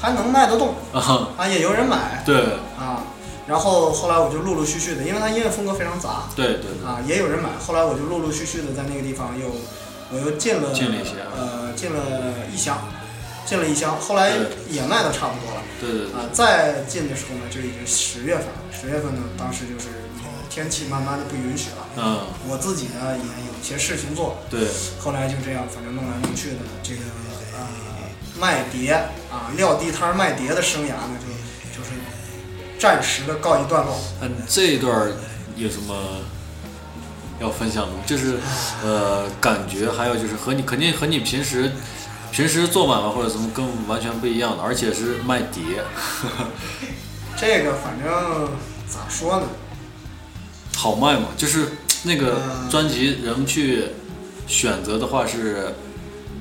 还能卖得动，
啊，
啊，也有人买，
对，
啊，然后后来我就陆陆续续的，因为他音乐风格非常杂，
对对对，
啊，也有人买。后来我就陆陆续续的在那个地方又，我又进了
进了一些啊
呃，进了一箱，进了一箱。后来
对
也卖的差不多了
对对对，
啊，再进的时候呢，就已经十月份了。十月份呢，当时就是呃天气慢慢的不允许了，
嗯，
我自己呢也有些事情做，
对，
后来就这样，反正弄来弄去的这个呃卖碟啊，撂地摊儿卖碟的生涯呢，就就是暂时的告一段落。
那这一段儿有什么要分享的吗？就是呃，感觉还有就是和你肯定和你平时平时做买卖或者什么跟我们完全不一样的，而且是卖碟，
这个反正咋说呢？
好卖嘛？就是那个
嗯
专辑人们去选择的话是，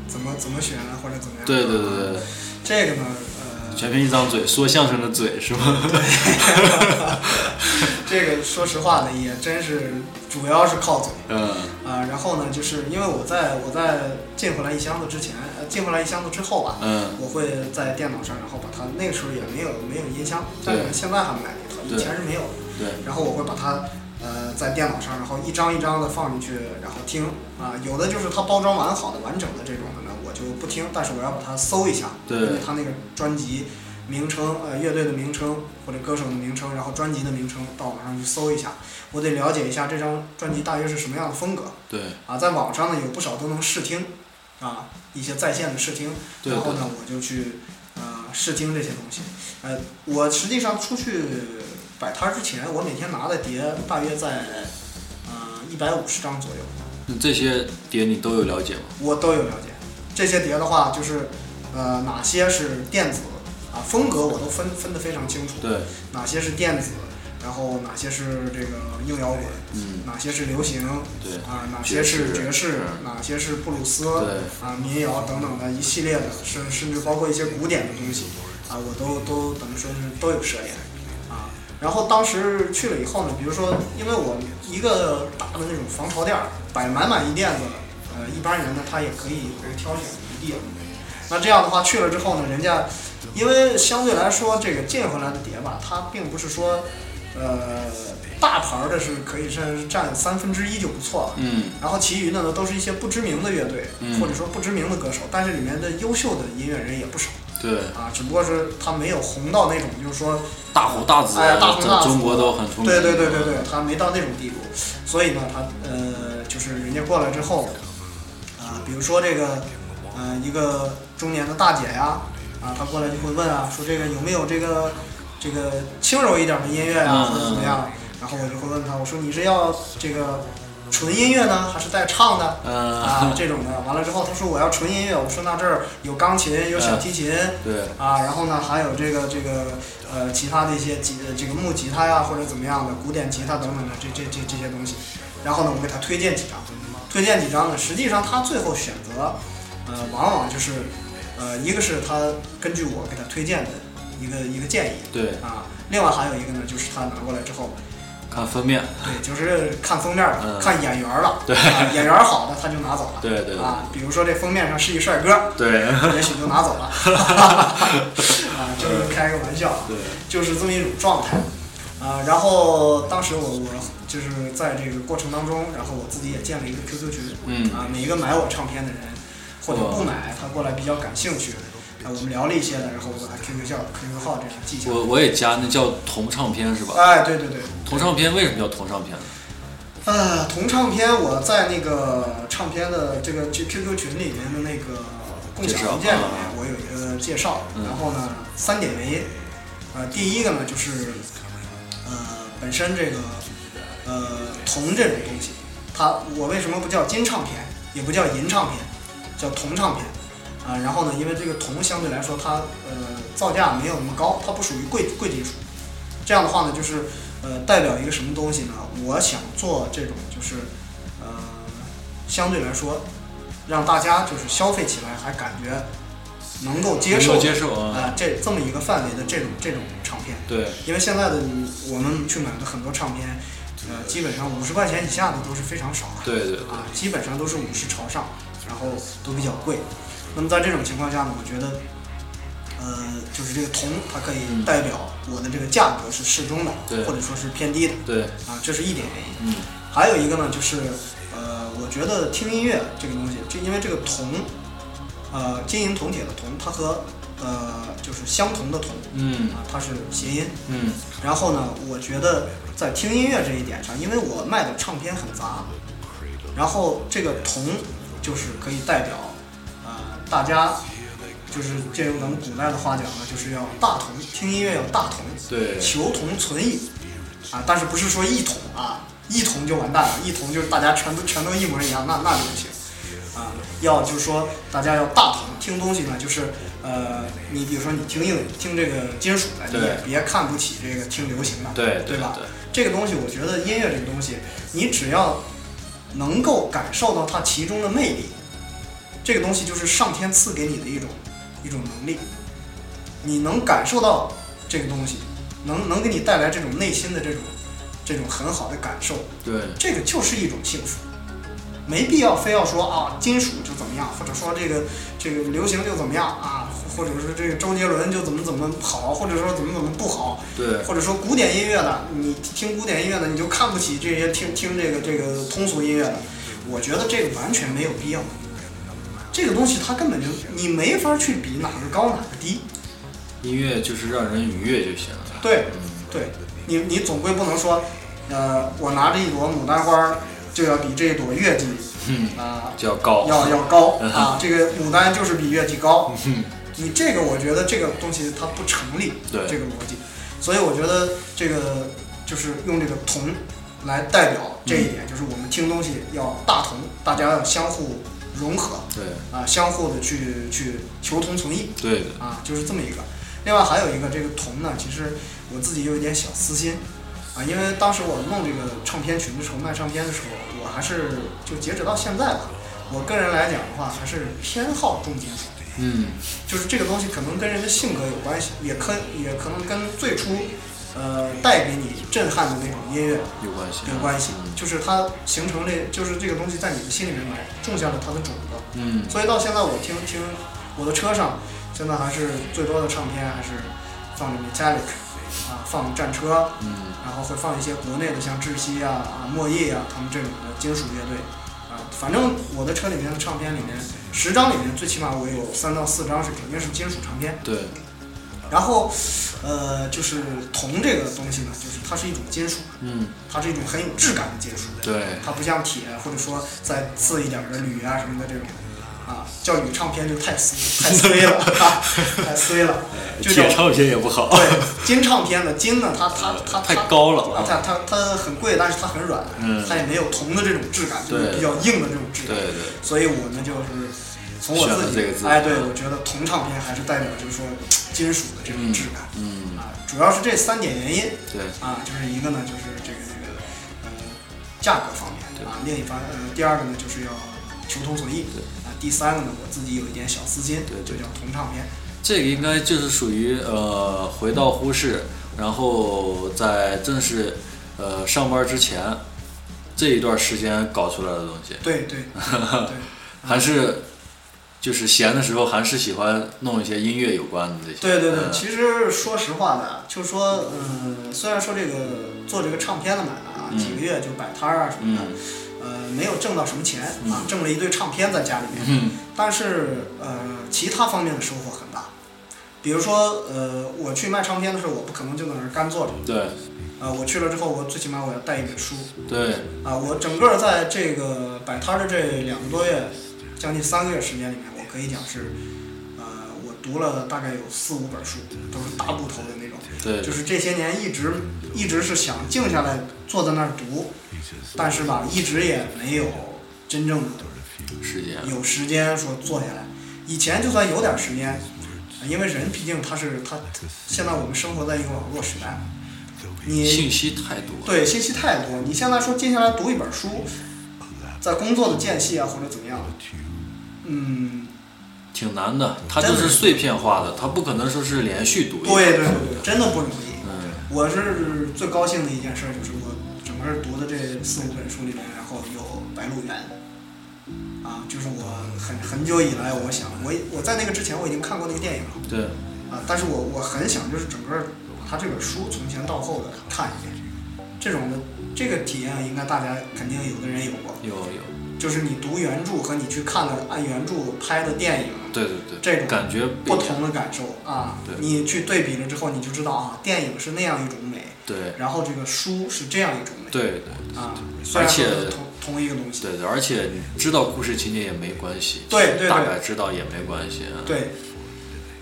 怎么怎么选啊，或者怎么样？
对对对对，对
这个呢，呃，
全凭一张嘴，说相声的嘴是吗？
这个说实话呢，也真是主要是靠嘴
嗯，
啊、然后呢，就是因为我在我在进回来一箱子之前，呃，进回来一箱子之后吧，
嗯
我会在电脑上，然后把它那个时候也没有没有音箱，但是
对
现在还买了一套，以
对
前是没有的。
对，
然后我会把它呃在电脑上，然后一张一张的放进去，然后听啊、有的就是它包装完好的、完整的这种的呢，我就不听，但是我要把它搜一下，
对
因为它那个专辑名称、呃乐队的名称或者歌手的名称，然后专辑的名称，到网上去搜一下，我得了解一下这张专辑大约是什么样的风格
对
啊，在网上呢有不少都能试听啊，一些在线的试听，
对
然后
对
呢我就去呃试听这些东西。呃，我实际上出去摆摊儿之前，我每天拿的碟大约在呃一百五十张左右，
那这些碟你都有了解吗？
我都有了解。这些碟的话，就是呃哪些是电子啊风格我都分分得非常清楚，
对，
哪些是电子，然后哪些是这个硬摇滚，
嗯，
哪些是流行，
对
啊、哪些是爵
爵
士
士，
哪些是布鲁斯，
对
啊、民谣等等的一系列的，甚甚至包括一些古典的东西，啊、我都都等于说是都有涉猎，啊、然后当时去了以后呢，比如说，因为我一个大的那种防潮店儿摆满满一店子，呃，一般人呢他也可以呃挑选余地了。那这样的话去了之后呢，人家因为相对来说这个进回来的碟吧，它并不是说呃大牌儿的是可以占占三分之一就不错了。
嗯，
然后其余的呢，都是一些不知名的乐队，
嗯
或者说不知名的歌手，但是里面的优秀的音乐人也不少
对，
啊，只不过是他没有红到那种，就是说
大红大紫，
哎大红大
在
紫
中国都很出名。
对对对对对，他没到那种地步，所以呢，他呃，就是人家过来之后，啊、比如说这个，呃，一个中年的大姐呀，啊，她过来就会问啊，说这个有没有这个这个轻柔一点的音乐啊，
嗯
或者怎么样？然后我就会问她，我说你是要这个纯音乐呢，还是带唱 的？啊
嗯，，
这种的，完了之后，她说我要纯音乐，我说那这儿有钢琴，有小提琴，
对，
啊，然后呢，还有这个这个呃，其他的一些吉这个木吉他呀，或者怎么样的古典吉他等等的这这这这些东西。然后呢，我给他推荐几张，推荐几张呢，实际上他最后选择，呃，往往就是呃，一个是他根据我给他推荐的一个一个建议
对，
啊，另外还有一个呢，就是他拿过来之后，
看封面，
对，就是看封面了，
嗯
看眼缘了，
对
啊，眼缘好的他就拿走了，
对对对
啊，比如说这封面上是一帅哥，
对，
也许就拿走了，啊，就是开个玩笑，
对，
就是这么一种状态，啊，然后当时我我就是在这个过程当中，然后我自己也建了一个 QQ 群，
嗯
啊，每一个买我唱片的人或者不买，他过来比较感兴趣，啊，我们聊了一些的，然后我把他 QQ 号 QQ 号这样记下 来，
我我也加那叫同唱片是吧？
哎，对对对，
同唱片为什么叫同唱片呢？
呃，同唱片我在那个唱片的这个 Q QQ 群里面的那个共享文
介
件里面
绍啊，
我有一个介绍。
嗯
然后呢，三点为，呃，第一个呢就是，呃，本身这个，呃，铜这种东西，它我为什么不叫金唱片，也不叫银唱片，叫铜唱片啊、然后呢，因为这个铜相对来说它呃造价没有那么高，它不属于贵贵金属。这样的话呢，就是呃代表一个什么东西呢？我想做这种就是呃相对来说让大家就是消费起来还感觉能够接
能
受
够接受啊
哎这这么一个范围的这种这种唱片。
对，
因为现在的你我们去买的很多唱片，呃，基本上五十块钱以下的都是非常少的。
对对对
啊，基本上都是五十朝上，然后都比较贵。那么在这种情况下呢，我觉得，呃，就是这个铜它可以代表我的这个价格是适中的，
嗯对
或者说是偏低的。
对，
啊，这是一点原
嗯，
因。还有一个呢，就是呃，我觉得听音乐这个东西，就因为这个铜，呃，金银铜铁的铜，它和呃就是相同的铜，
嗯
啊，它是谐音。
嗯，
然后呢，我觉得在听音乐这一点上，因为我卖的唱片很杂，然后这个铜就是可以代表，呃，大家就是借用咱们古代的话讲呢，就是要大同，听音乐要大同，
对
求同存异，啊，但是不是说一统啊，一统就完蛋了，一统就是大家全都全都一模一样，那那就不行。啊，要就是说大家要大同听东西呢，就是呃，你比如说你听硬听这个金属的，你
对
也别看不起这个听流行的，
对
对吧
对对
这个东西我觉得音乐这个东西，你只要能够感受到它其中的魅力，这个东西就是上天赐给你的一种一种能力，你能感受到这个东西，能能给你带来这种内心的这种这种很好的感受，
对，
这个就是一种幸福，没必要非要说啊金属就怎么样，或者说这个这个流行就怎么样啊，或者说这个周杰伦就怎么怎么好，或者说怎么怎么不好，
对
或者说古典音乐的，你听古典音乐的你就看不起这些听听这个这个通俗音乐的，我觉得这个完全没有必要。这个东西它根本就你没法去比哪个高哪个低，
音乐就是让人愉悦就行了。
对
嗯，
对，你你总归不能说，呃，我拿着一朵牡丹花儿就要比这一朵月季
嗯，
啊、
较高，
要要高啊，这个牡丹就是比月季高。
嗯
你这个我觉得这个东西它不成立，
对
这个逻辑，所以我觉得这个就是用这个同来代表
嗯
这一点，就是我们听东西要大同，大家要相互融合
对
啊，相互的去去求同存异
对的，
啊，就是这么一个。另外还有一个这个同呢，其实我自己有一点小私心啊，因为当时我弄这个唱片群的时候，卖唱片的时候，我还是就截止到现在吧，我个人来讲的话，还是偏好重金属。
嗯，
就是这个东西可能跟人的性格有关系，也可也可能跟最初，呃，带给你震撼的那种音乐
有关系，
有关系。就是它形成这，就是这个东西在你的心里面埋种下了它的种子。
嗯，
所以到现在我听听我的车上，现在还是最多的唱片还是放着 Metallic 啊，放战车，
嗯，
然后会放一些国内的像窒息啊、啊莫艺啊他们这种的金属乐队。啊，反正我的车里面的唱片里面，十张里面最起码我有三到四张是肯定是金属唱片。
对，
然后，呃，就是铜这个东西呢，就是它是一种金属，
嗯，
它是一种很有质感的金属，
对，
它不像铁或者说再次一点儿的铝啊什么的这种，啊，叫铝唱片就太撕 太衰了，啊、太衰了，就叫
呃铁唱片也不好，
对金唱片的金呢，它它它它
太高了
啊，它它它很贵，但是它很软，
嗯
它也没有铜的这种质感，就是
对
比较硬的这种质感，
对对
所以我呢就是从我自
选了这个字
己，哎，对我觉得铜唱片还是代表就是说金属的这种质感，
嗯，
啊，主要是这三点原因
对，
啊，就是一个呢就是这个这个呃价格方面啊，另一方呃第二个呢就是要求同存异啊，第三个呢我自己有一点小私心，
对
就
对
叫铜唱片，
这个应该就是属于呃回到呼市，然后在正式呃上班之前这一段时间搞出来的东西，
对对对，
还是就是闲的时候还是喜欢弄一些音乐有关的这些，
对对对，
嗯
其实说实话呢，就说，嗯，虽然说这个做这个唱片的买卖啊，几个月就摆摊儿啊什么的，呃，没有挣到什么钱啊，挣了一堆唱片在家里面，但是呃，其他方面的收获很大。比如说，呃，我去卖唱片的时候，我不可能就在那儿干坐着，
嗯对
呃，我去了之后，我最起码我要带一本书，
对，
啊，我整个在这个摆摊儿的这两个多月，将近三个月时间里面，我可以讲是，呃，我读了大概有四五本书，都是大部头的那种。
对
就是这些年一直一直是想静下来坐在那儿读，但是吧，一直也没有真正的
时间，
有时间说坐下来。以前就算有点时间，啊因为人毕竟他是他，现在我们生活在一个网络时代，你
信息太多，
对，信息太多。你现在说接下来读一本书，在工作的间隙啊或者怎么样，嗯，
挺难的，它就是碎片化的，它不可能说是连续读一个。
对对对，真的不容易。
嗯，
我是最高兴的一件事儿，就是我整个读的这四五本书里面，然后有《白鹿原》，啊，就是我很很久以来，我想我我在那个之前我已经看过那个电影了
对，
啊，但是我我很想就是整个他这本书从前到后的看一遍，这种的这个体验应该大家肯定有的人有过，
有有，
就是你读原著和你去看了按原著拍的电影
对对对，
这种
感觉
不
一样。
同的感受啊
对，
你去对比了之后，你就知道啊，电影是那样一种美。
对
然后这个书是这样一种美，
对对
啊，虽然
而
说
且
是同同一个东西，
对对，而且你知道故事情节也没关系，
对对对
大概知道也没关系。嗯，
对，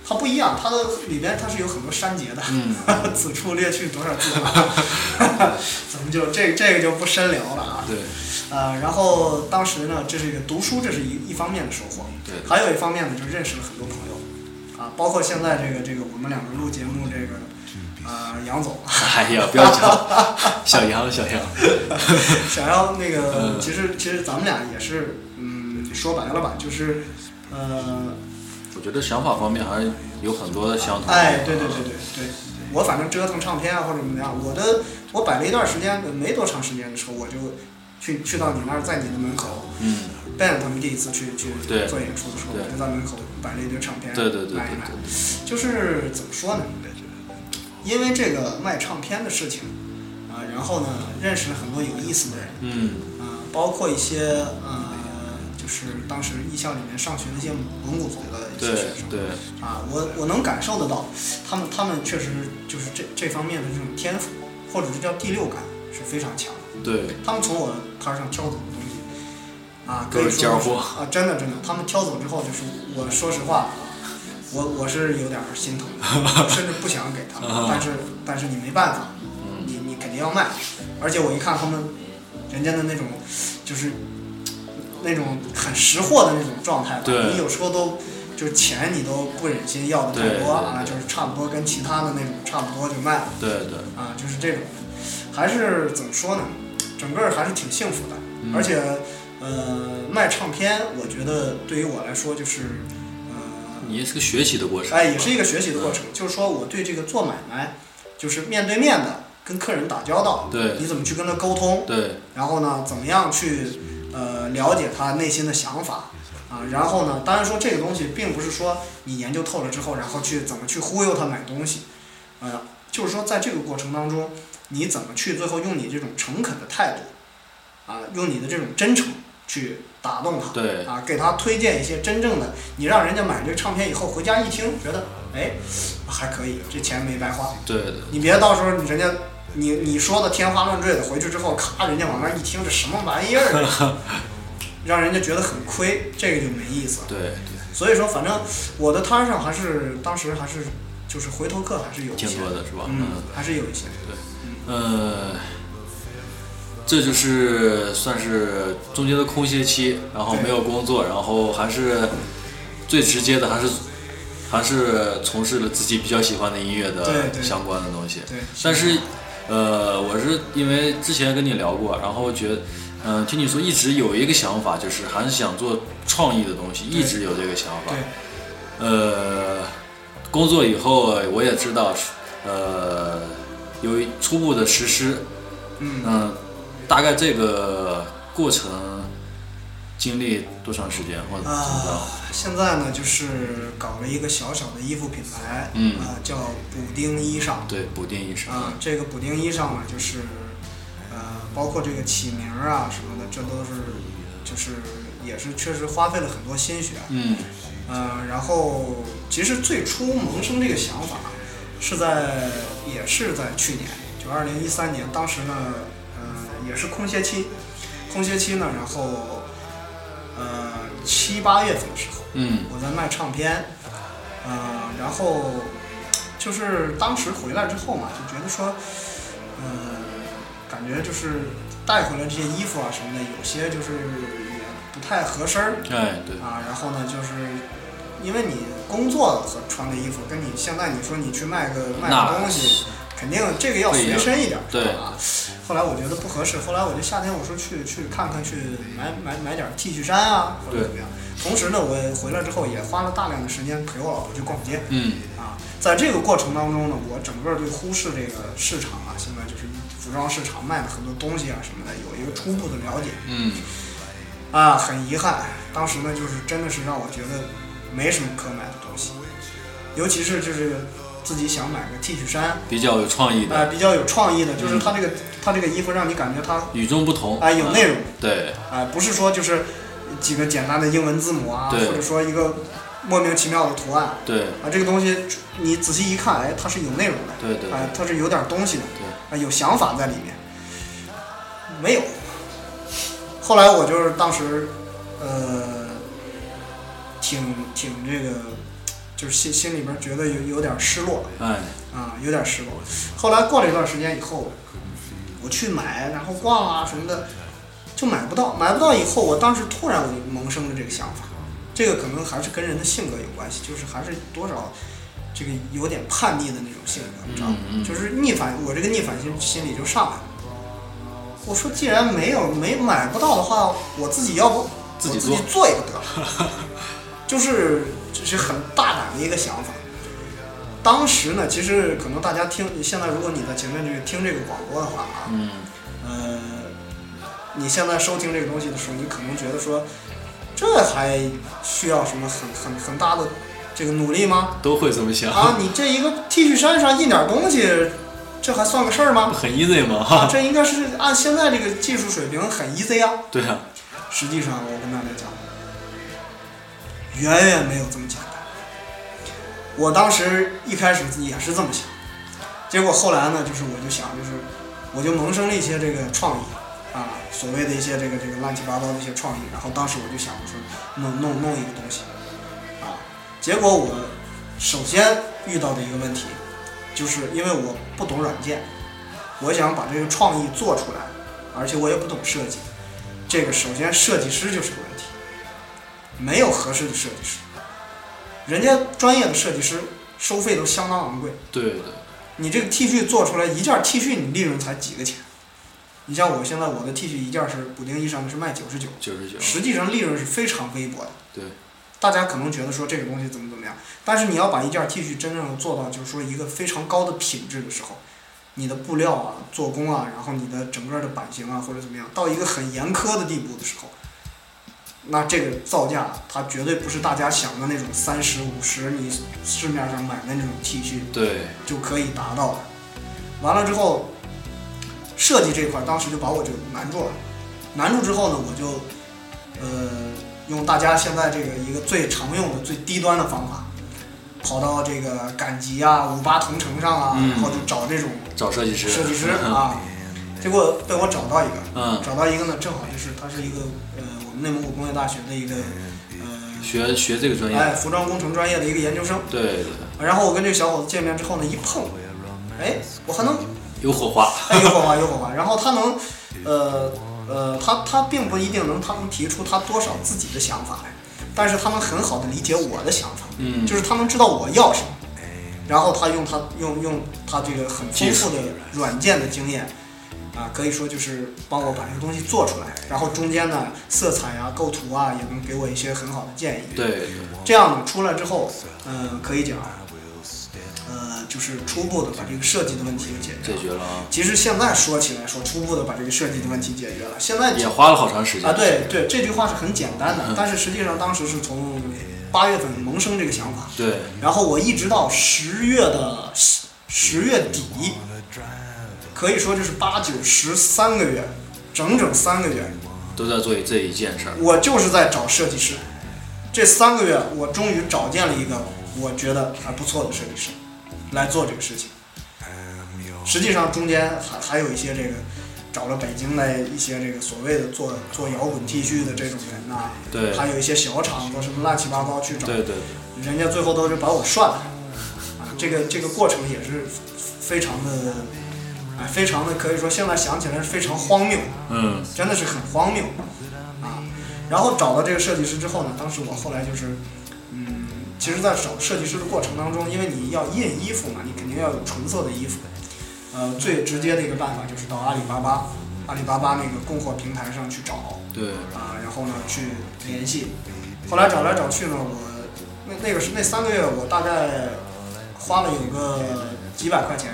它不一样，它的里边它是有很多删节的，
嗯
此处略去多少字 啊， 咱们就这这个就不深聊了啊，
对
呃，然后当时呢，这是一个读书，这是一一方面的收获，
对
还有一方面呢，就是认识了很多朋友，啊，包括现在这个这个我们两个录节目这个，呃，杨总，
哎呀，不要讲， 小杨小杨，
想要那
呃
个，其实其实咱们俩也是，嗯，说白了吧，就是，呃，
我觉得想法方面还是有很多的相同。
哎，对对对对对，我反正折腾唱片啊或者怎么样，我的我摆了一段时间，没多长时间的时候，我就去去到你那儿，在你的门口
嗯，
，Ben 他们第一次去去
对
做演出的时候，
对
我就在门口摆了一堆唱片，
对对对对
买一买
对，
就是怎么说呢？因为这个卖唱片的事情啊、然后呢，认识了很多有意思的人。
嗯，
呃，包括一些呃，就是当时艺校里面上学的一些蒙古族的一
对
些学生
对，
啊，我我能感受得到，他们他们确实就是这这方面的这种天赋，或者是叫第六感是非常强的，
对
他们从我摊儿上挑走的东西啊，
都
可以
是尖儿
说是
货
啊，真的真的，他们挑走之后，就是我说实话。我我是有点儿心疼 的，甚至不想给他们，
啊
但是但是你没办法，
嗯
你你肯定要卖，而且我一看他们人家的那种，就是那种很识货的那种状态吧，
对
你有时候都就是钱你都不忍心要的太多啊，
对对对
就是差不多跟其他的那种差不多就卖了
对对，
啊，就是这种，还是怎么说呢，整个还是挺幸福的，而且呃卖唱片，我觉得对于我来说就是呃
你也是个学习的过程。
哎，也是一个学习的过程。就是说，我对这个做买卖，就是面对面的跟客人打交道，
对
你怎么去跟他沟通，
对
然后呢，怎么样去呃了解他内心的想法啊？然后呢，当然说这个东西并不是说你研究透了之后，然后去怎么去忽悠他买东西，呃，就是说在这个过程当中，你怎么去最后用你这种诚恳的态度啊，用你的这种真诚去打动他。
对
啊，给他推荐一些真正的，你让人家买这个唱片以后回家一听，觉得哎还可以，这钱没白花。
对对，
你别到时候你人家你你说的天花乱坠的，回去之后咔，人家往那儿一听，这什么玩意儿啊， 让人家觉得很亏，这个就没意思了。
对
所以说，反正我的摊儿上还是当时还是就是回头客还是有一些
挺多的是吧
嗯
嗯，
还是有一些。
呃，这就是算是中间的空歇期，然后
对
没有工作，然后还是最直接的，还是还是从事了自己比较喜欢的音乐
对
的
对
相关的东西。
对
但是，呃，我是因为之前跟你聊过，然后觉得。嗯，听你说一直有一个想法，就是还是想做创意的东西，一直有这个想法。
对，
呃，工作以后我也知道，呃，有一初步的实施，
嗯
嗯，大概这个过程经历多长时间或者怎么着？
啊，现在呢就是搞了一个小小的衣服品牌，
嗯
啊、叫补丁衣裳。
对，补丁医生，
啊，这个补丁衣裳呢，就是呃，包括这个起名儿啊什么的，这都是就是也是确实花费了很多心血。
嗯，
呃，然后其实最初萌生这个想法是在也是在去年，就二零一三年，当时呢，呃，也是空歇期，空歇期呢，然后呃七八月份的时候，
嗯
我在卖唱片，呃，然后就是当时回来之后嘛，就觉得说，呃，感觉就是带回来这些衣服啊什么的，有些就是也不太合身儿
哎，对，
啊。然后呢，就是因为你工作和穿的衣服，跟你现在你说你去卖个卖
那
个东西，肯定这个要随身一点，
不一样
是吧啊。后来我觉得不合适，后来我就夏天我说去去看看去买买买点 T 恤衫啊，或者
对
怎么样。同时呢，我也回来之后也花了大量的时间陪我老婆去逛街。
嗯
啊，在这个过程当中呢，我整个对忽视这个市场啊，现在就是服装市场卖的很多东西啊什么的，有一个初步的了解。
嗯
啊，很遗憾，当时呢就是真的是让我觉得没什么可买的东西，尤其是就是自己想买个 T 恤衫，
比较有创意
啊，
的，
比较有创意的，就是
嗯
它这个它这个衣服让你感觉它
与众不同
啊有内容
对，
啊，不是说就是几个简单的英文字母啊，
对
或者说一个莫名其妙的图案
对，
啊，这个东西你仔细一看，哎，它是有内容的，
对对
啊，它是有点东西的，
对
啊，有想法在里面，没有。后来我就是当时，呃，挺挺这个，就是心心里边觉得有有点失落，
哎，
啊，有点失落。后来过了一段时间以后，我去买，然后逛啊什么的，就买不到。买不到以后，我当时突然我就萌生了这个想法，这个可能还是跟人的性格有关系，就是还是多少这个有点叛逆的那种性格，你知道吗？
嗯嗯
就是逆反，我这个逆反心心理就上来了。我说，既然没有没买不到的话，我自己要不
自己
我自
做
己做一个得了，就是这是很大胆的一个想法。当时呢，其实可能大家听，现在如果你在前面这个听这个广播的话啊，
嗯，
呃，你现在收听这个东西的时候，你可能觉得说，这还需要什么很很很大的这个努力吗？
都会这么想，
啊，你这一个 T 恤衫上印点东西，这还算个事儿吗？
很 easy 嘛，
啊，
哈，
这应该是按现在这个技术水平很 easy 啊。
对啊，
实际上，我跟大家讲，远远没有这么简单。我当时一开始也是这么想，结果后来呢，就是我就想，就是我就萌生了一些这个创意啊，所谓的一些这个这个乱七八糟的一些创意。然后当时我就想，我说弄弄弄一个东西啊，结果我首先遇到的一个问题，就是因为我不懂软件，我想把这个创意做出来，而且我也不懂设计。这个首先设计师就是个问题，没有合适的设计师，人家专业的设计师收费都相当昂贵，
对对，
你这个 T 恤做出来一件 T 恤，你利润才几个钱？你像我现在我的 T 恤一件是补丁衣裳是卖九十九，
九十九，
实际上利润是非常微薄的。
对，
大家可能觉得说这个东西怎么怎么样，但是你要把一件 T 恤真正做到就是说一个非常高的品质的时候，你的布料啊、做工啊，然后你的整个的版型啊或者怎么样，到一个很严苛的地步的时候，那这个造价它绝对不是大家想的那种三十五十你市面上买的那种 T 恤
对，
就可以达到的。完了之后，设计这一块儿当时就把我就难住了，难住之后呢，我就呃用大家现在这个一个最常用的、最低端的方法，跑到这个赶集啊、五八同城上啊，
嗯
然后就找这种
找设计师，
设计 师，啊，结果被我找到一个，
嗯
找到一个呢，正好就是他是一个呃我们内蒙古工业大学的一个呃
学学这个专业，
哎服装工程专业的一个研究生，
对对，
然后我跟这个小伙子见面之后呢，一碰，哎，我还能
有火 花，
哎，有火花，有火花。 然后他能，呃呃，他他并不一定能，他能提出他多少自己的想法来，但是他能很好的理解我的想法，
嗯
就是他能知道我要什么。然后他用他用用他这个很丰富的软件的经验，啊，可以说就是帮我把这个东西做出来。然后中间呢，色彩啊、构图啊，也能给我一些很好的建议。
对对，
这样呢，出来之后，呃，可以讲，呃，就是初步的把这个设计的问题给解决
解
了。
决了啊，
其实现在说起来，说初步的把这个设计的问题解决了。现在
也花了好嗯长时间
啊，，对对，这句话是很简单的，但是实际上当时是从八月份萌生这个想法，
对，
然后我一直到十月的十十月底，可以说就是八九十三个月，整整三个月，
都在做这一件事儿，
我就是在找设计师。这三个月，我终于找见了一个我觉得还不错的设计师，来做这个事情。实际上中间还还有一些这个，找了北京的一些这个所谓的做做摇滚 T 恤的这种人呐、
对
还有一些小厂子什么乱七八糟去找，
对对，
人家最后都是把我涮了，啊，这个这个过程也是非常的，哎，非常的可以说现在想起来是非常荒谬。
嗯，
真的是很荒谬啊。然后找到这个设计师之后呢，当时我后来就是，嗯，其实，在找设计师的过程当中，因为你要印衣服嘛，你肯定要有纯色的衣服。呃，最直接的一个办法就是到阿里巴巴，阿里巴巴那个供货平台上去找
对，嗯
啊，然后呢去联系，后来找来找去呢，我那那个是那三个月，我大概花了有个几百块钱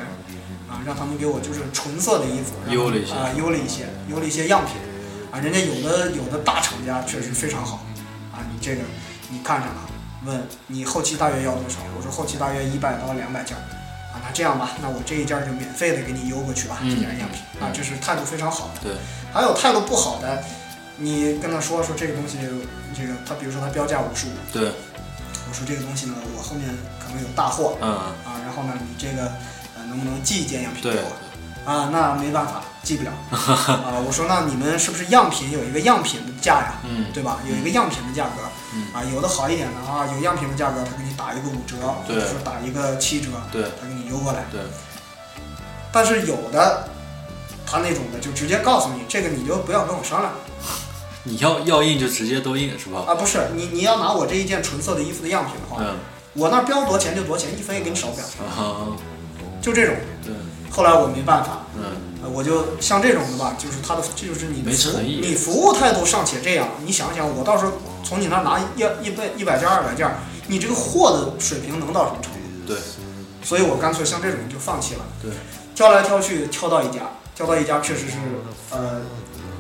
啊，让他们给我就是纯色的衣服，然后
邮了一些
啊，邮了一些，邮了一些样品啊，人家有的有的大厂家确实非常好啊，你这个你看上了，问你后期大约要多少？我说后期大约一百到两百件儿啊，那这样吧，那我这一件儿就免费的给你邮过去吧，这
嗯
件样品啊，这是态度非常好的。
对，
还有态度不好的，你跟他说说这个东西，这个他比如说他标价五十五，
对，
我说这个东西呢，我后面可能有大货
嗯，
啊，然后呢，你这个呃能不能寄一件样品
对
给，我啊？那没办法，寄不了啊。我说那你们是不是样品有一个样品的价呀？
嗯，
对吧？有一个样品的价格，
嗯
啊，有的好一点的啊，有样品的价格，他给你打一个五折，或
对
者说打一个七折，
对
他给你邮过来。
对，
但是有的，他那种的就直接告诉你，这个你就不要跟我商量。
你要要印就直接都印是吧？
啊，不是你，你要拿我这一件纯色的衣服的样品的话，
嗯，
我那儿标多少钱就多少钱，一分也给你少不了，
啊，
就这种。
对，
后来我没办法，
嗯，
呃我就像这种的吧，就是他的，这就是你的
没
服务，
诚意
你服务态度尚且这样，你想想，我到时候从你那儿拿一一百一百件二百件儿，你这个货的水平能到什么程度？
对
所以我干脆像这种就放弃了，
对，
挑来挑去挑到一家，挑到一家确实是呃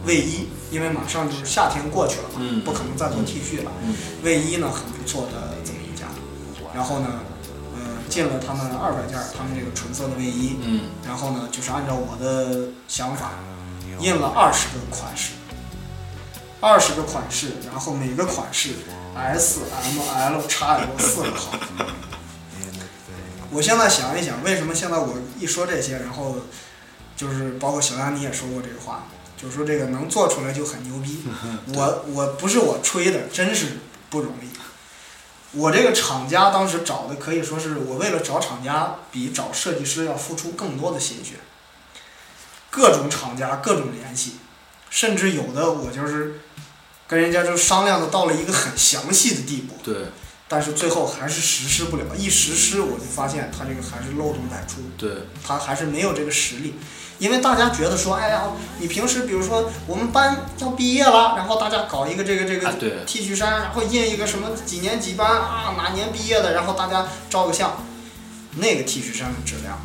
卫衣，因为马上就是夏天过去了嘛，
嗯
不可能再做 T 恤了，
嗯
卫衣呢很不错的这么一家，然后呢，呃，进了他们二百件儿，他们这个纯色的卫衣，
嗯，
然后呢，就是按照我的想法，印了二十个款式，二十个款式，然后每个款式 S、M、L、X、L 四个号。我现在想一想，为什么现在我一说这些，然后就是包括小杨你也说过这个话，就是说这个能做出来就很牛逼。我我不是我吹的，真是不容易。我这个厂家当时找的可以说是我为了找厂家比找设计师要付出更多的心血，各种厂家各种联系，甚至有的我就是跟人家就商量的到了一个很详细的地步，
对
但是最后还是实施不了。一实施我就发现他这个还是漏洞百出，
对
他还是没有这个实力，因为大家觉得说，哎呀，你平时比如说我们班要毕业了，然后大家搞一个这个这个
啊对
T 恤衫，然后印一个什么几年几班啊哪年毕业的，然后大家照个相，那个 T 恤衫的质量，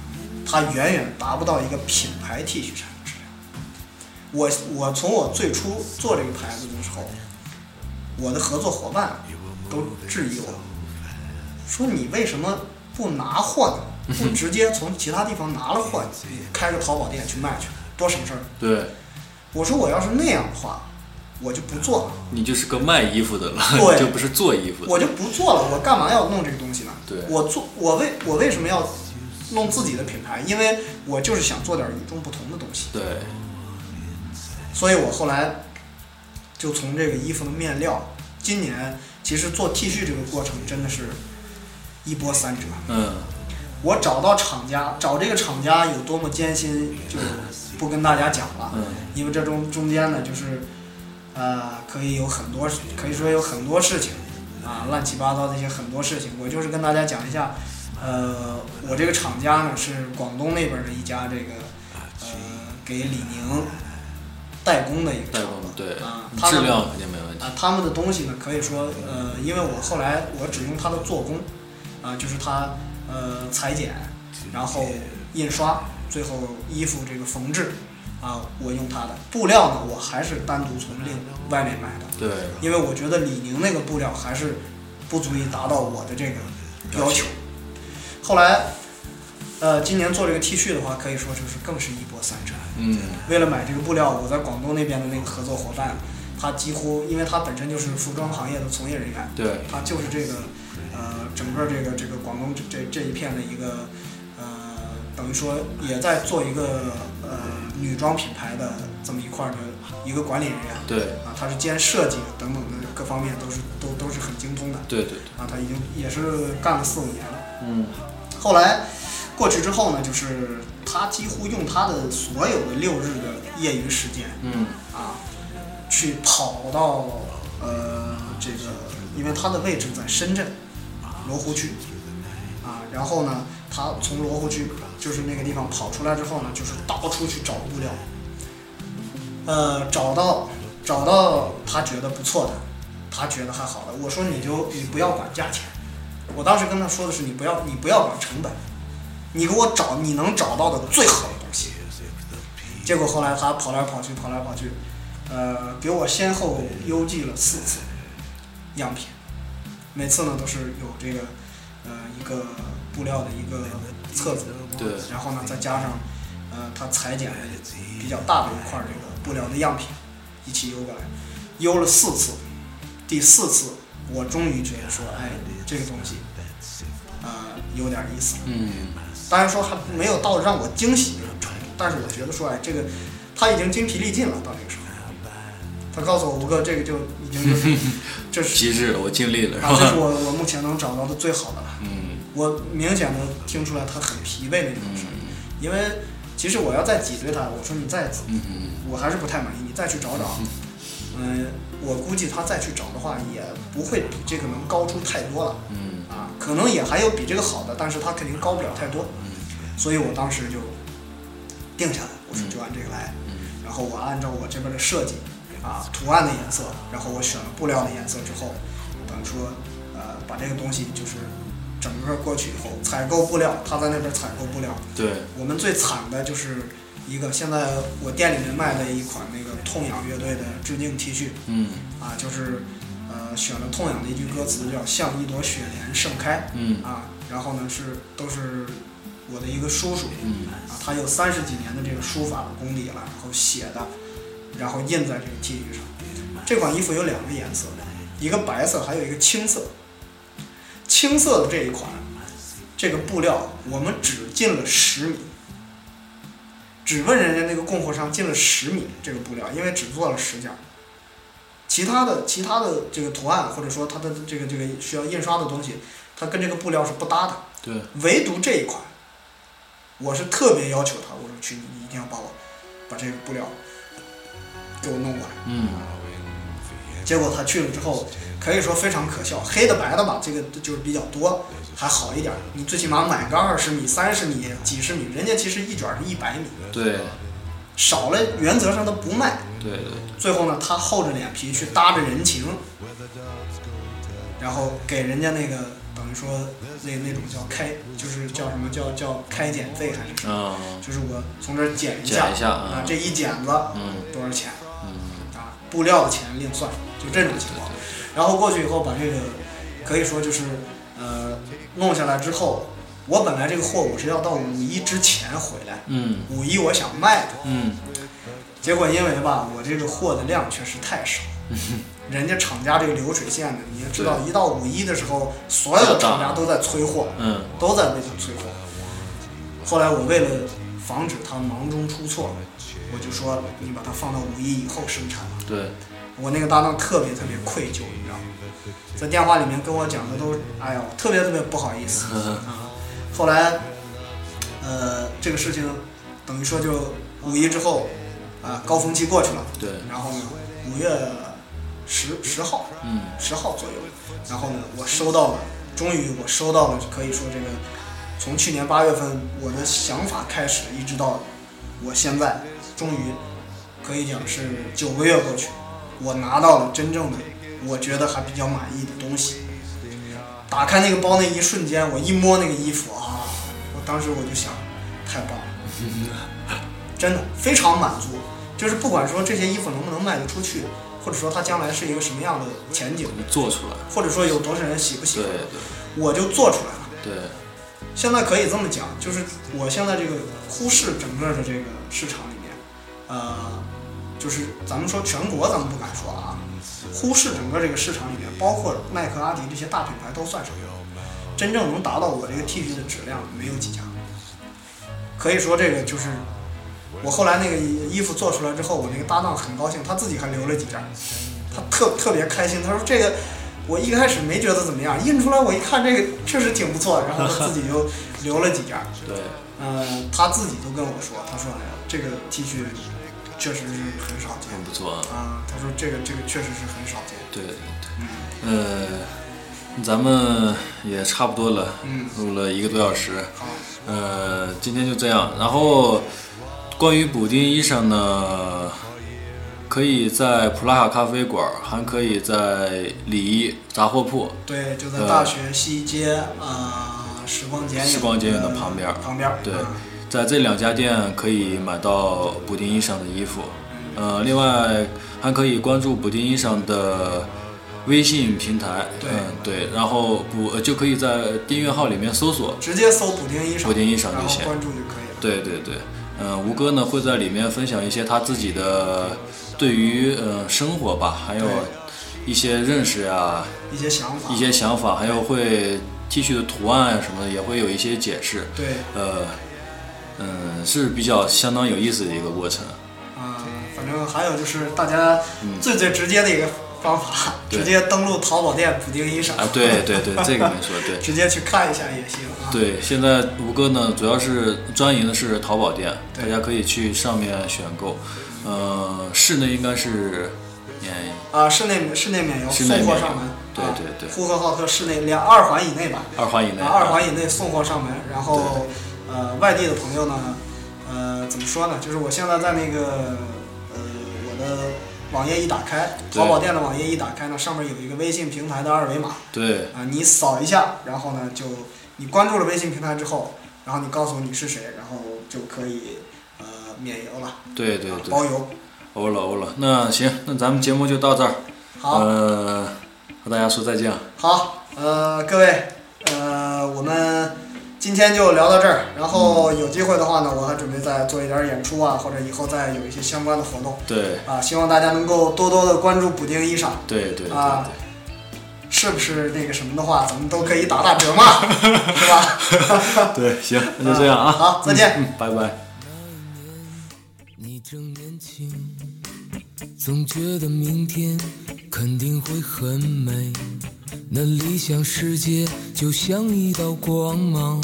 它远远达不到一个品牌 T 恤衫的质量。我我从我最初做这个牌子的时候，我的合作伙伴都质疑我，说你为什么不拿货呢？不直接从其他地方拿了货，你开个淘宝店去卖去，多省事儿。
对，
我说我要是那样的话，我就不做了，
你就是个卖衣服的了，
对
你就不是做衣服
我
的。
就不做了，我干嘛要弄这个东西呢？
对
我做我为我为什么要弄自己的品牌？因为我就是想做点与众不同的东西。
对，
所以我后来就从这个衣服的面料，今年其实做 T 恤这个过程真的是一波三折。
嗯，
我找到厂家，找这个厂家有多么艰辛，就不跟大家讲了。
嗯
因为这中中间呢，就是呃，可以有很多，可以说有很多事情啊，乱七八糟的一些很多事情。我就是跟大家讲一下，呃，我这个厂家呢是广东那边的一家这个呃给李宁代工的一个
代
厂
工
子
对
啊，，他
质
们
量肯定没问题。
啊，他们的东西呢，可以说，呃，因为我后来我只用它的做工，啊、就是它呃裁剪，然后印刷，最后衣服这个缝制，啊、我用它的布料呢，我还是单独从另外面买的，
对，
因为我觉得李宁那个布料还是不足以达到我的这个要求。后来，呃，今年做这个 T 恤的话，可以说就是更是一波三折。
嗯，
为了买这个布料，我在广东那边的那个合作伙伴，他几乎因为他本身就是服装行业的从业人员，
对
他就是这个呃整个这个这个广东这这这一片的一个呃等于说也在做一个呃女装品牌的这么一块儿的一个管理人员
对
啊，他是兼设计等等的各方面都是都都是很精通的
对对对，
啊，他已经也是干了四五年了。
嗯
后来过去之后呢，就是他几乎用他的所有的六日的业余时间
嗯
啊，去跑到呃这个，因为他的位置在深圳罗湖区啊，然后呢，他从罗湖区就是那个地方跑出来之后呢，就是到处去找布料，呃，找到找到他觉得不错的，他觉得还好了。我说你就你不要管价钱，我当时跟他说的是你不要你不要管成本，你给我找你能找到的最好的东西。结果后来他跑来跑去跑来跑去，呃，给我先后邮寄了四次样品，每次呢都是有这个呃一个布料的一个册子，
对
然后呢再加上呃他裁剪了比较大的一块儿这个布料的样品一起邮过来，邮了四次，第四次我终于觉得说，哎，这个东西呃有点意思。
嗯，
当然说还没有到让我惊喜那种程度，但是我觉得说，哎，这个他已经精疲力尽了，到这个时候， 他告诉我吴哥，这个就已经就是 这是
极致了，我尽力了，是
啊，这是
吧？
我我目前能找到的最好的了。
嗯
我明显的听出来他很疲惫的那种
嗯
声音，因为其实我要再挤兑他，我说你再，
嗯嗯，
我还是不太满意，你再去找找，嗯，我估计他再去找的话，也不会比这个能高出太多了。
嗯
啊，可能也还有比这个好的，但是它肯定高不了太多，
嗯
所以我当时就定下来，我说就按这个来，
嗯
然后我按照我这边的设计，啊，图案的颜色，然后我选了布料的颜色之后，等于说，呃，把这个东西就是整个过去以后，采购布料，他在那边采购布料，
对，
我们最惨的就是一个现在我店里面卖的一款那个痛仰乐队的致敬 T 恤，
嗯
啊，就是呃选了痛仰的一句歌词叫“像一朵雪莲盛开”，
嗯
啊，然后呢是都是我的一个叔叔，
嗯
啊，他有三十几年的这个书法的功底了，然后写的，然后印在这个 T 恤上。这款衣服有两个颜色，一个白色，还有一个青色。青色的这一款，这个布料我们只进了十米，只问人家那个供货商进了十米这个布料，因为只做了十件儿。其他的其他的这个图案或者说它的这个这个需要印刷的东西，它跟这个布料是不搭的。
对，
唯独这一款，我是特别要求他，我说去，你一定要把我把这个布料给我弄过来。
嗯
结果他去了之后，可以说非常可笑，黑的白的吧，这个就是比较多，还好一点。你最起码买个二十米、三十米、几十米，人家其实一卷是一百米，
对
少了原则上他不卖。
对对，
最后呢，他厚着脸皮去搭着人情，然后给人家那个等于说那那种叫开，就是叫什么叫叫开检费还是什么？
啊，
就是我从这儿剪一
剪一下啊，，
啊这一剪子
嗯
多少钱
嗯，
啊？布料的钱另算，就这种情况。然后过去以后把这个，可以说就是呃弄下来之后，我本来这个货我是要到五一之前回来，
嗯
五一我想卖的，
嗯
结果因为吧我这个货的量确实太少。人家厂家这个流水线呢，你也知道，一到五一的时候，所有的厂家都在催货，
嗯
都在为他催货。后来我为了防止他忙中出错，我就说你把它放到五一以后生产吧。
对，
我那个搭档特别特别愧疚，你知道吗？在电话里面跟我讲的都是，哎呀，特别特别不好意思。
嗯
啊，后来，呃，这个事情等于说就五一之后，啊、高峰期过去了。
对
然后呢，五月十十号，
嗯
十号左右，然后呢，我收到了，终于我收到了，可以说这个从去年八月份我的想法开始，一直到我现在，终于可以讲是九个月过去，我拿到了真正的我觉得还比较满意的东西。打开那个包那一瞬间，我一摸那个衣服啊，我当时我就想，太棒了，真的非常满足。就是不管说这些衣服能不能卖得出去，或者说它将来是一个什么样的前景，
做出来，
或者说有多少人喜不喜
对
欢，
对
我就做出来了。
对，
现在可以这么讲，就是我现在这个忽视整个的这个市场里面，呃，就是咱们说全国咱们不敢说啊，忽视整个这个市场里面，包括耐克、阿迪这些大品牌都算上，真正能达到我这个 T 恤的质量没有几家。可以说这个就是我后来那个衣服做出来之后，我那个搭档很高兴，他自己还留了几件儿，他特特别开心，他说这个。我一开始没觉得怎么样，印出来我一看这个确实挺不错，然后他自己就留了几件儿。
对，
嗯，他自己就跟我说，他说哎呀，这个 T 恤确实是很少见
很不错啊。
啊，他说这个这个确实是很少见。
对，呃，咱们也差不多了，
嗯
录了一个多小时，
好，
呃，今天就这样。然后关于补丁衣裳呢，可以在普拉卡咖啡馆，还可以在里一杂货铺。
对，就在大学西街啊、呃时光剪影
时光剪影的旁边儿
旁边儿
对
嗯，
在这两家店可以买到补丁衣裳的衣服。呃，另外还可以关注补丁衣裳的微信平台。
对
嗯，对，然后补呃就可以在订阅号里面搜索。
直接搜补丁衣裳，
补丁衣裳就
然后
行
关注就可以了。
对对对，嗯、吴哥呢会在里面分享一些他自己的对于呃生活吧，还有
对
一些认识啊，
一些想法，
一些想法，还有会 T 恤的图案啊什么的，也会有一些解释。
对，
呃，嗯，是比较相当有意思的一个过程。
啊、反正还有就是大家最最直接的一个方法，
嗯对
直接登录淘宝店补丁衣裳
啊，对对对，这个没错， 对
直接去看一下也行啊。
对。现在吴哥呢，主要是专营的是淘宝店，
对
大家可以去上面选购。呃，室内应该是，嗯，
啊，室内室内免邮，
室内
送货
免
上
邮
门。
对
啊
对对
呼和浩特市内两二环以内吧，
二环以内，
啊，二环以内送货上门。然后，呃，外地的朋友呢，呃，怎么说呢？就是我现在在那个，呃，我的网页一打开，
对
淘宝店的网页一打开呢，上面有一个微信平台的二维码，
对
啊，你扫一下，然后呢，就你关注了微信平台之后，然后你告诉我你是谁，然后就可以呃免邮了，
对对
啊
对，
包邮。
欧了欧了。那行，那咱们节目就到这儿。
好。
呃，和大家说再见啊。
好，呃，各位，呃，我们今天就聊到这儿。然后有机会的话呢，我还准备再做一点演出啊，或者以后再有一些相关的活动
对
啊。希望大家能够多多的关注补丁衣裳，
对对对对。
啊是不是那个什么的话，咱们都可以打打折嘛， 是吧？
对，行，那就这样啊。
好再见
嗯嗯，拜拜。
你正年轻，总觉得明天肯定会很美，那理想世界就像一道光芒，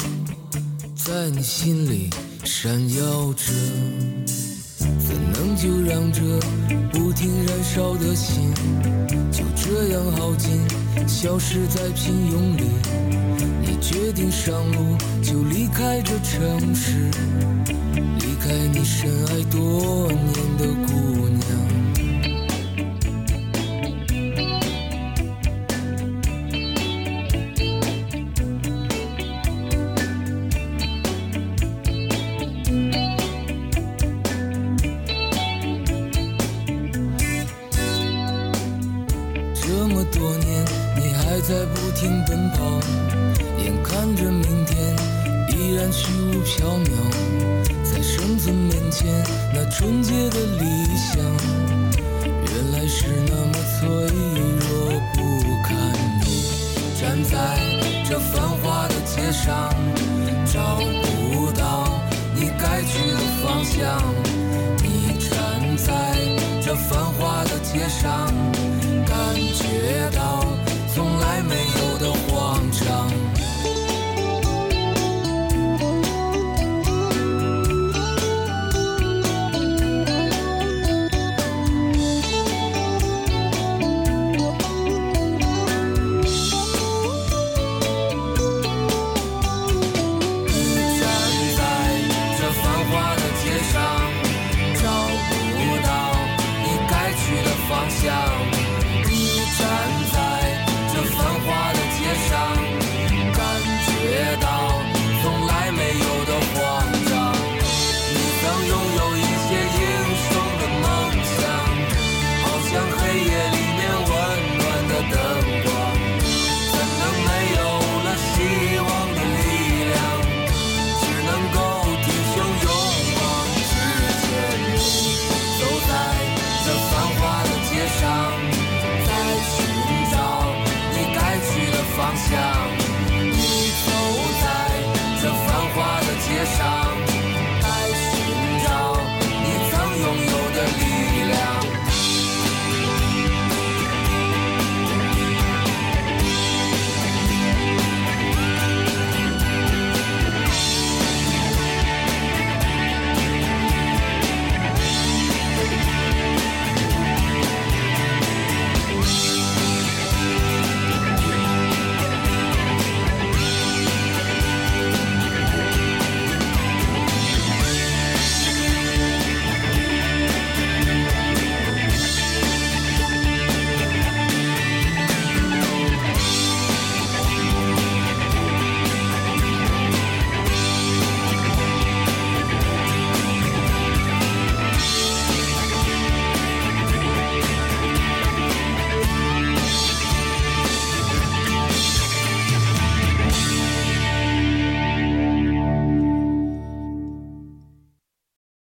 在你心里闪耀着。怎能就让这不停燃烧的心就这样耗尽，消失在平庸里？你决定上路，就离开这城市。离开你深爱多年的姑娘。这么多年，你还在不停奔跑，眼看着明天依然虚无缥缈。在生存面前那纯洁的理想，原来是那么脆弱不堪。你站在这繁华的街上，找不到你该去的方向。你站在这繁华的街上。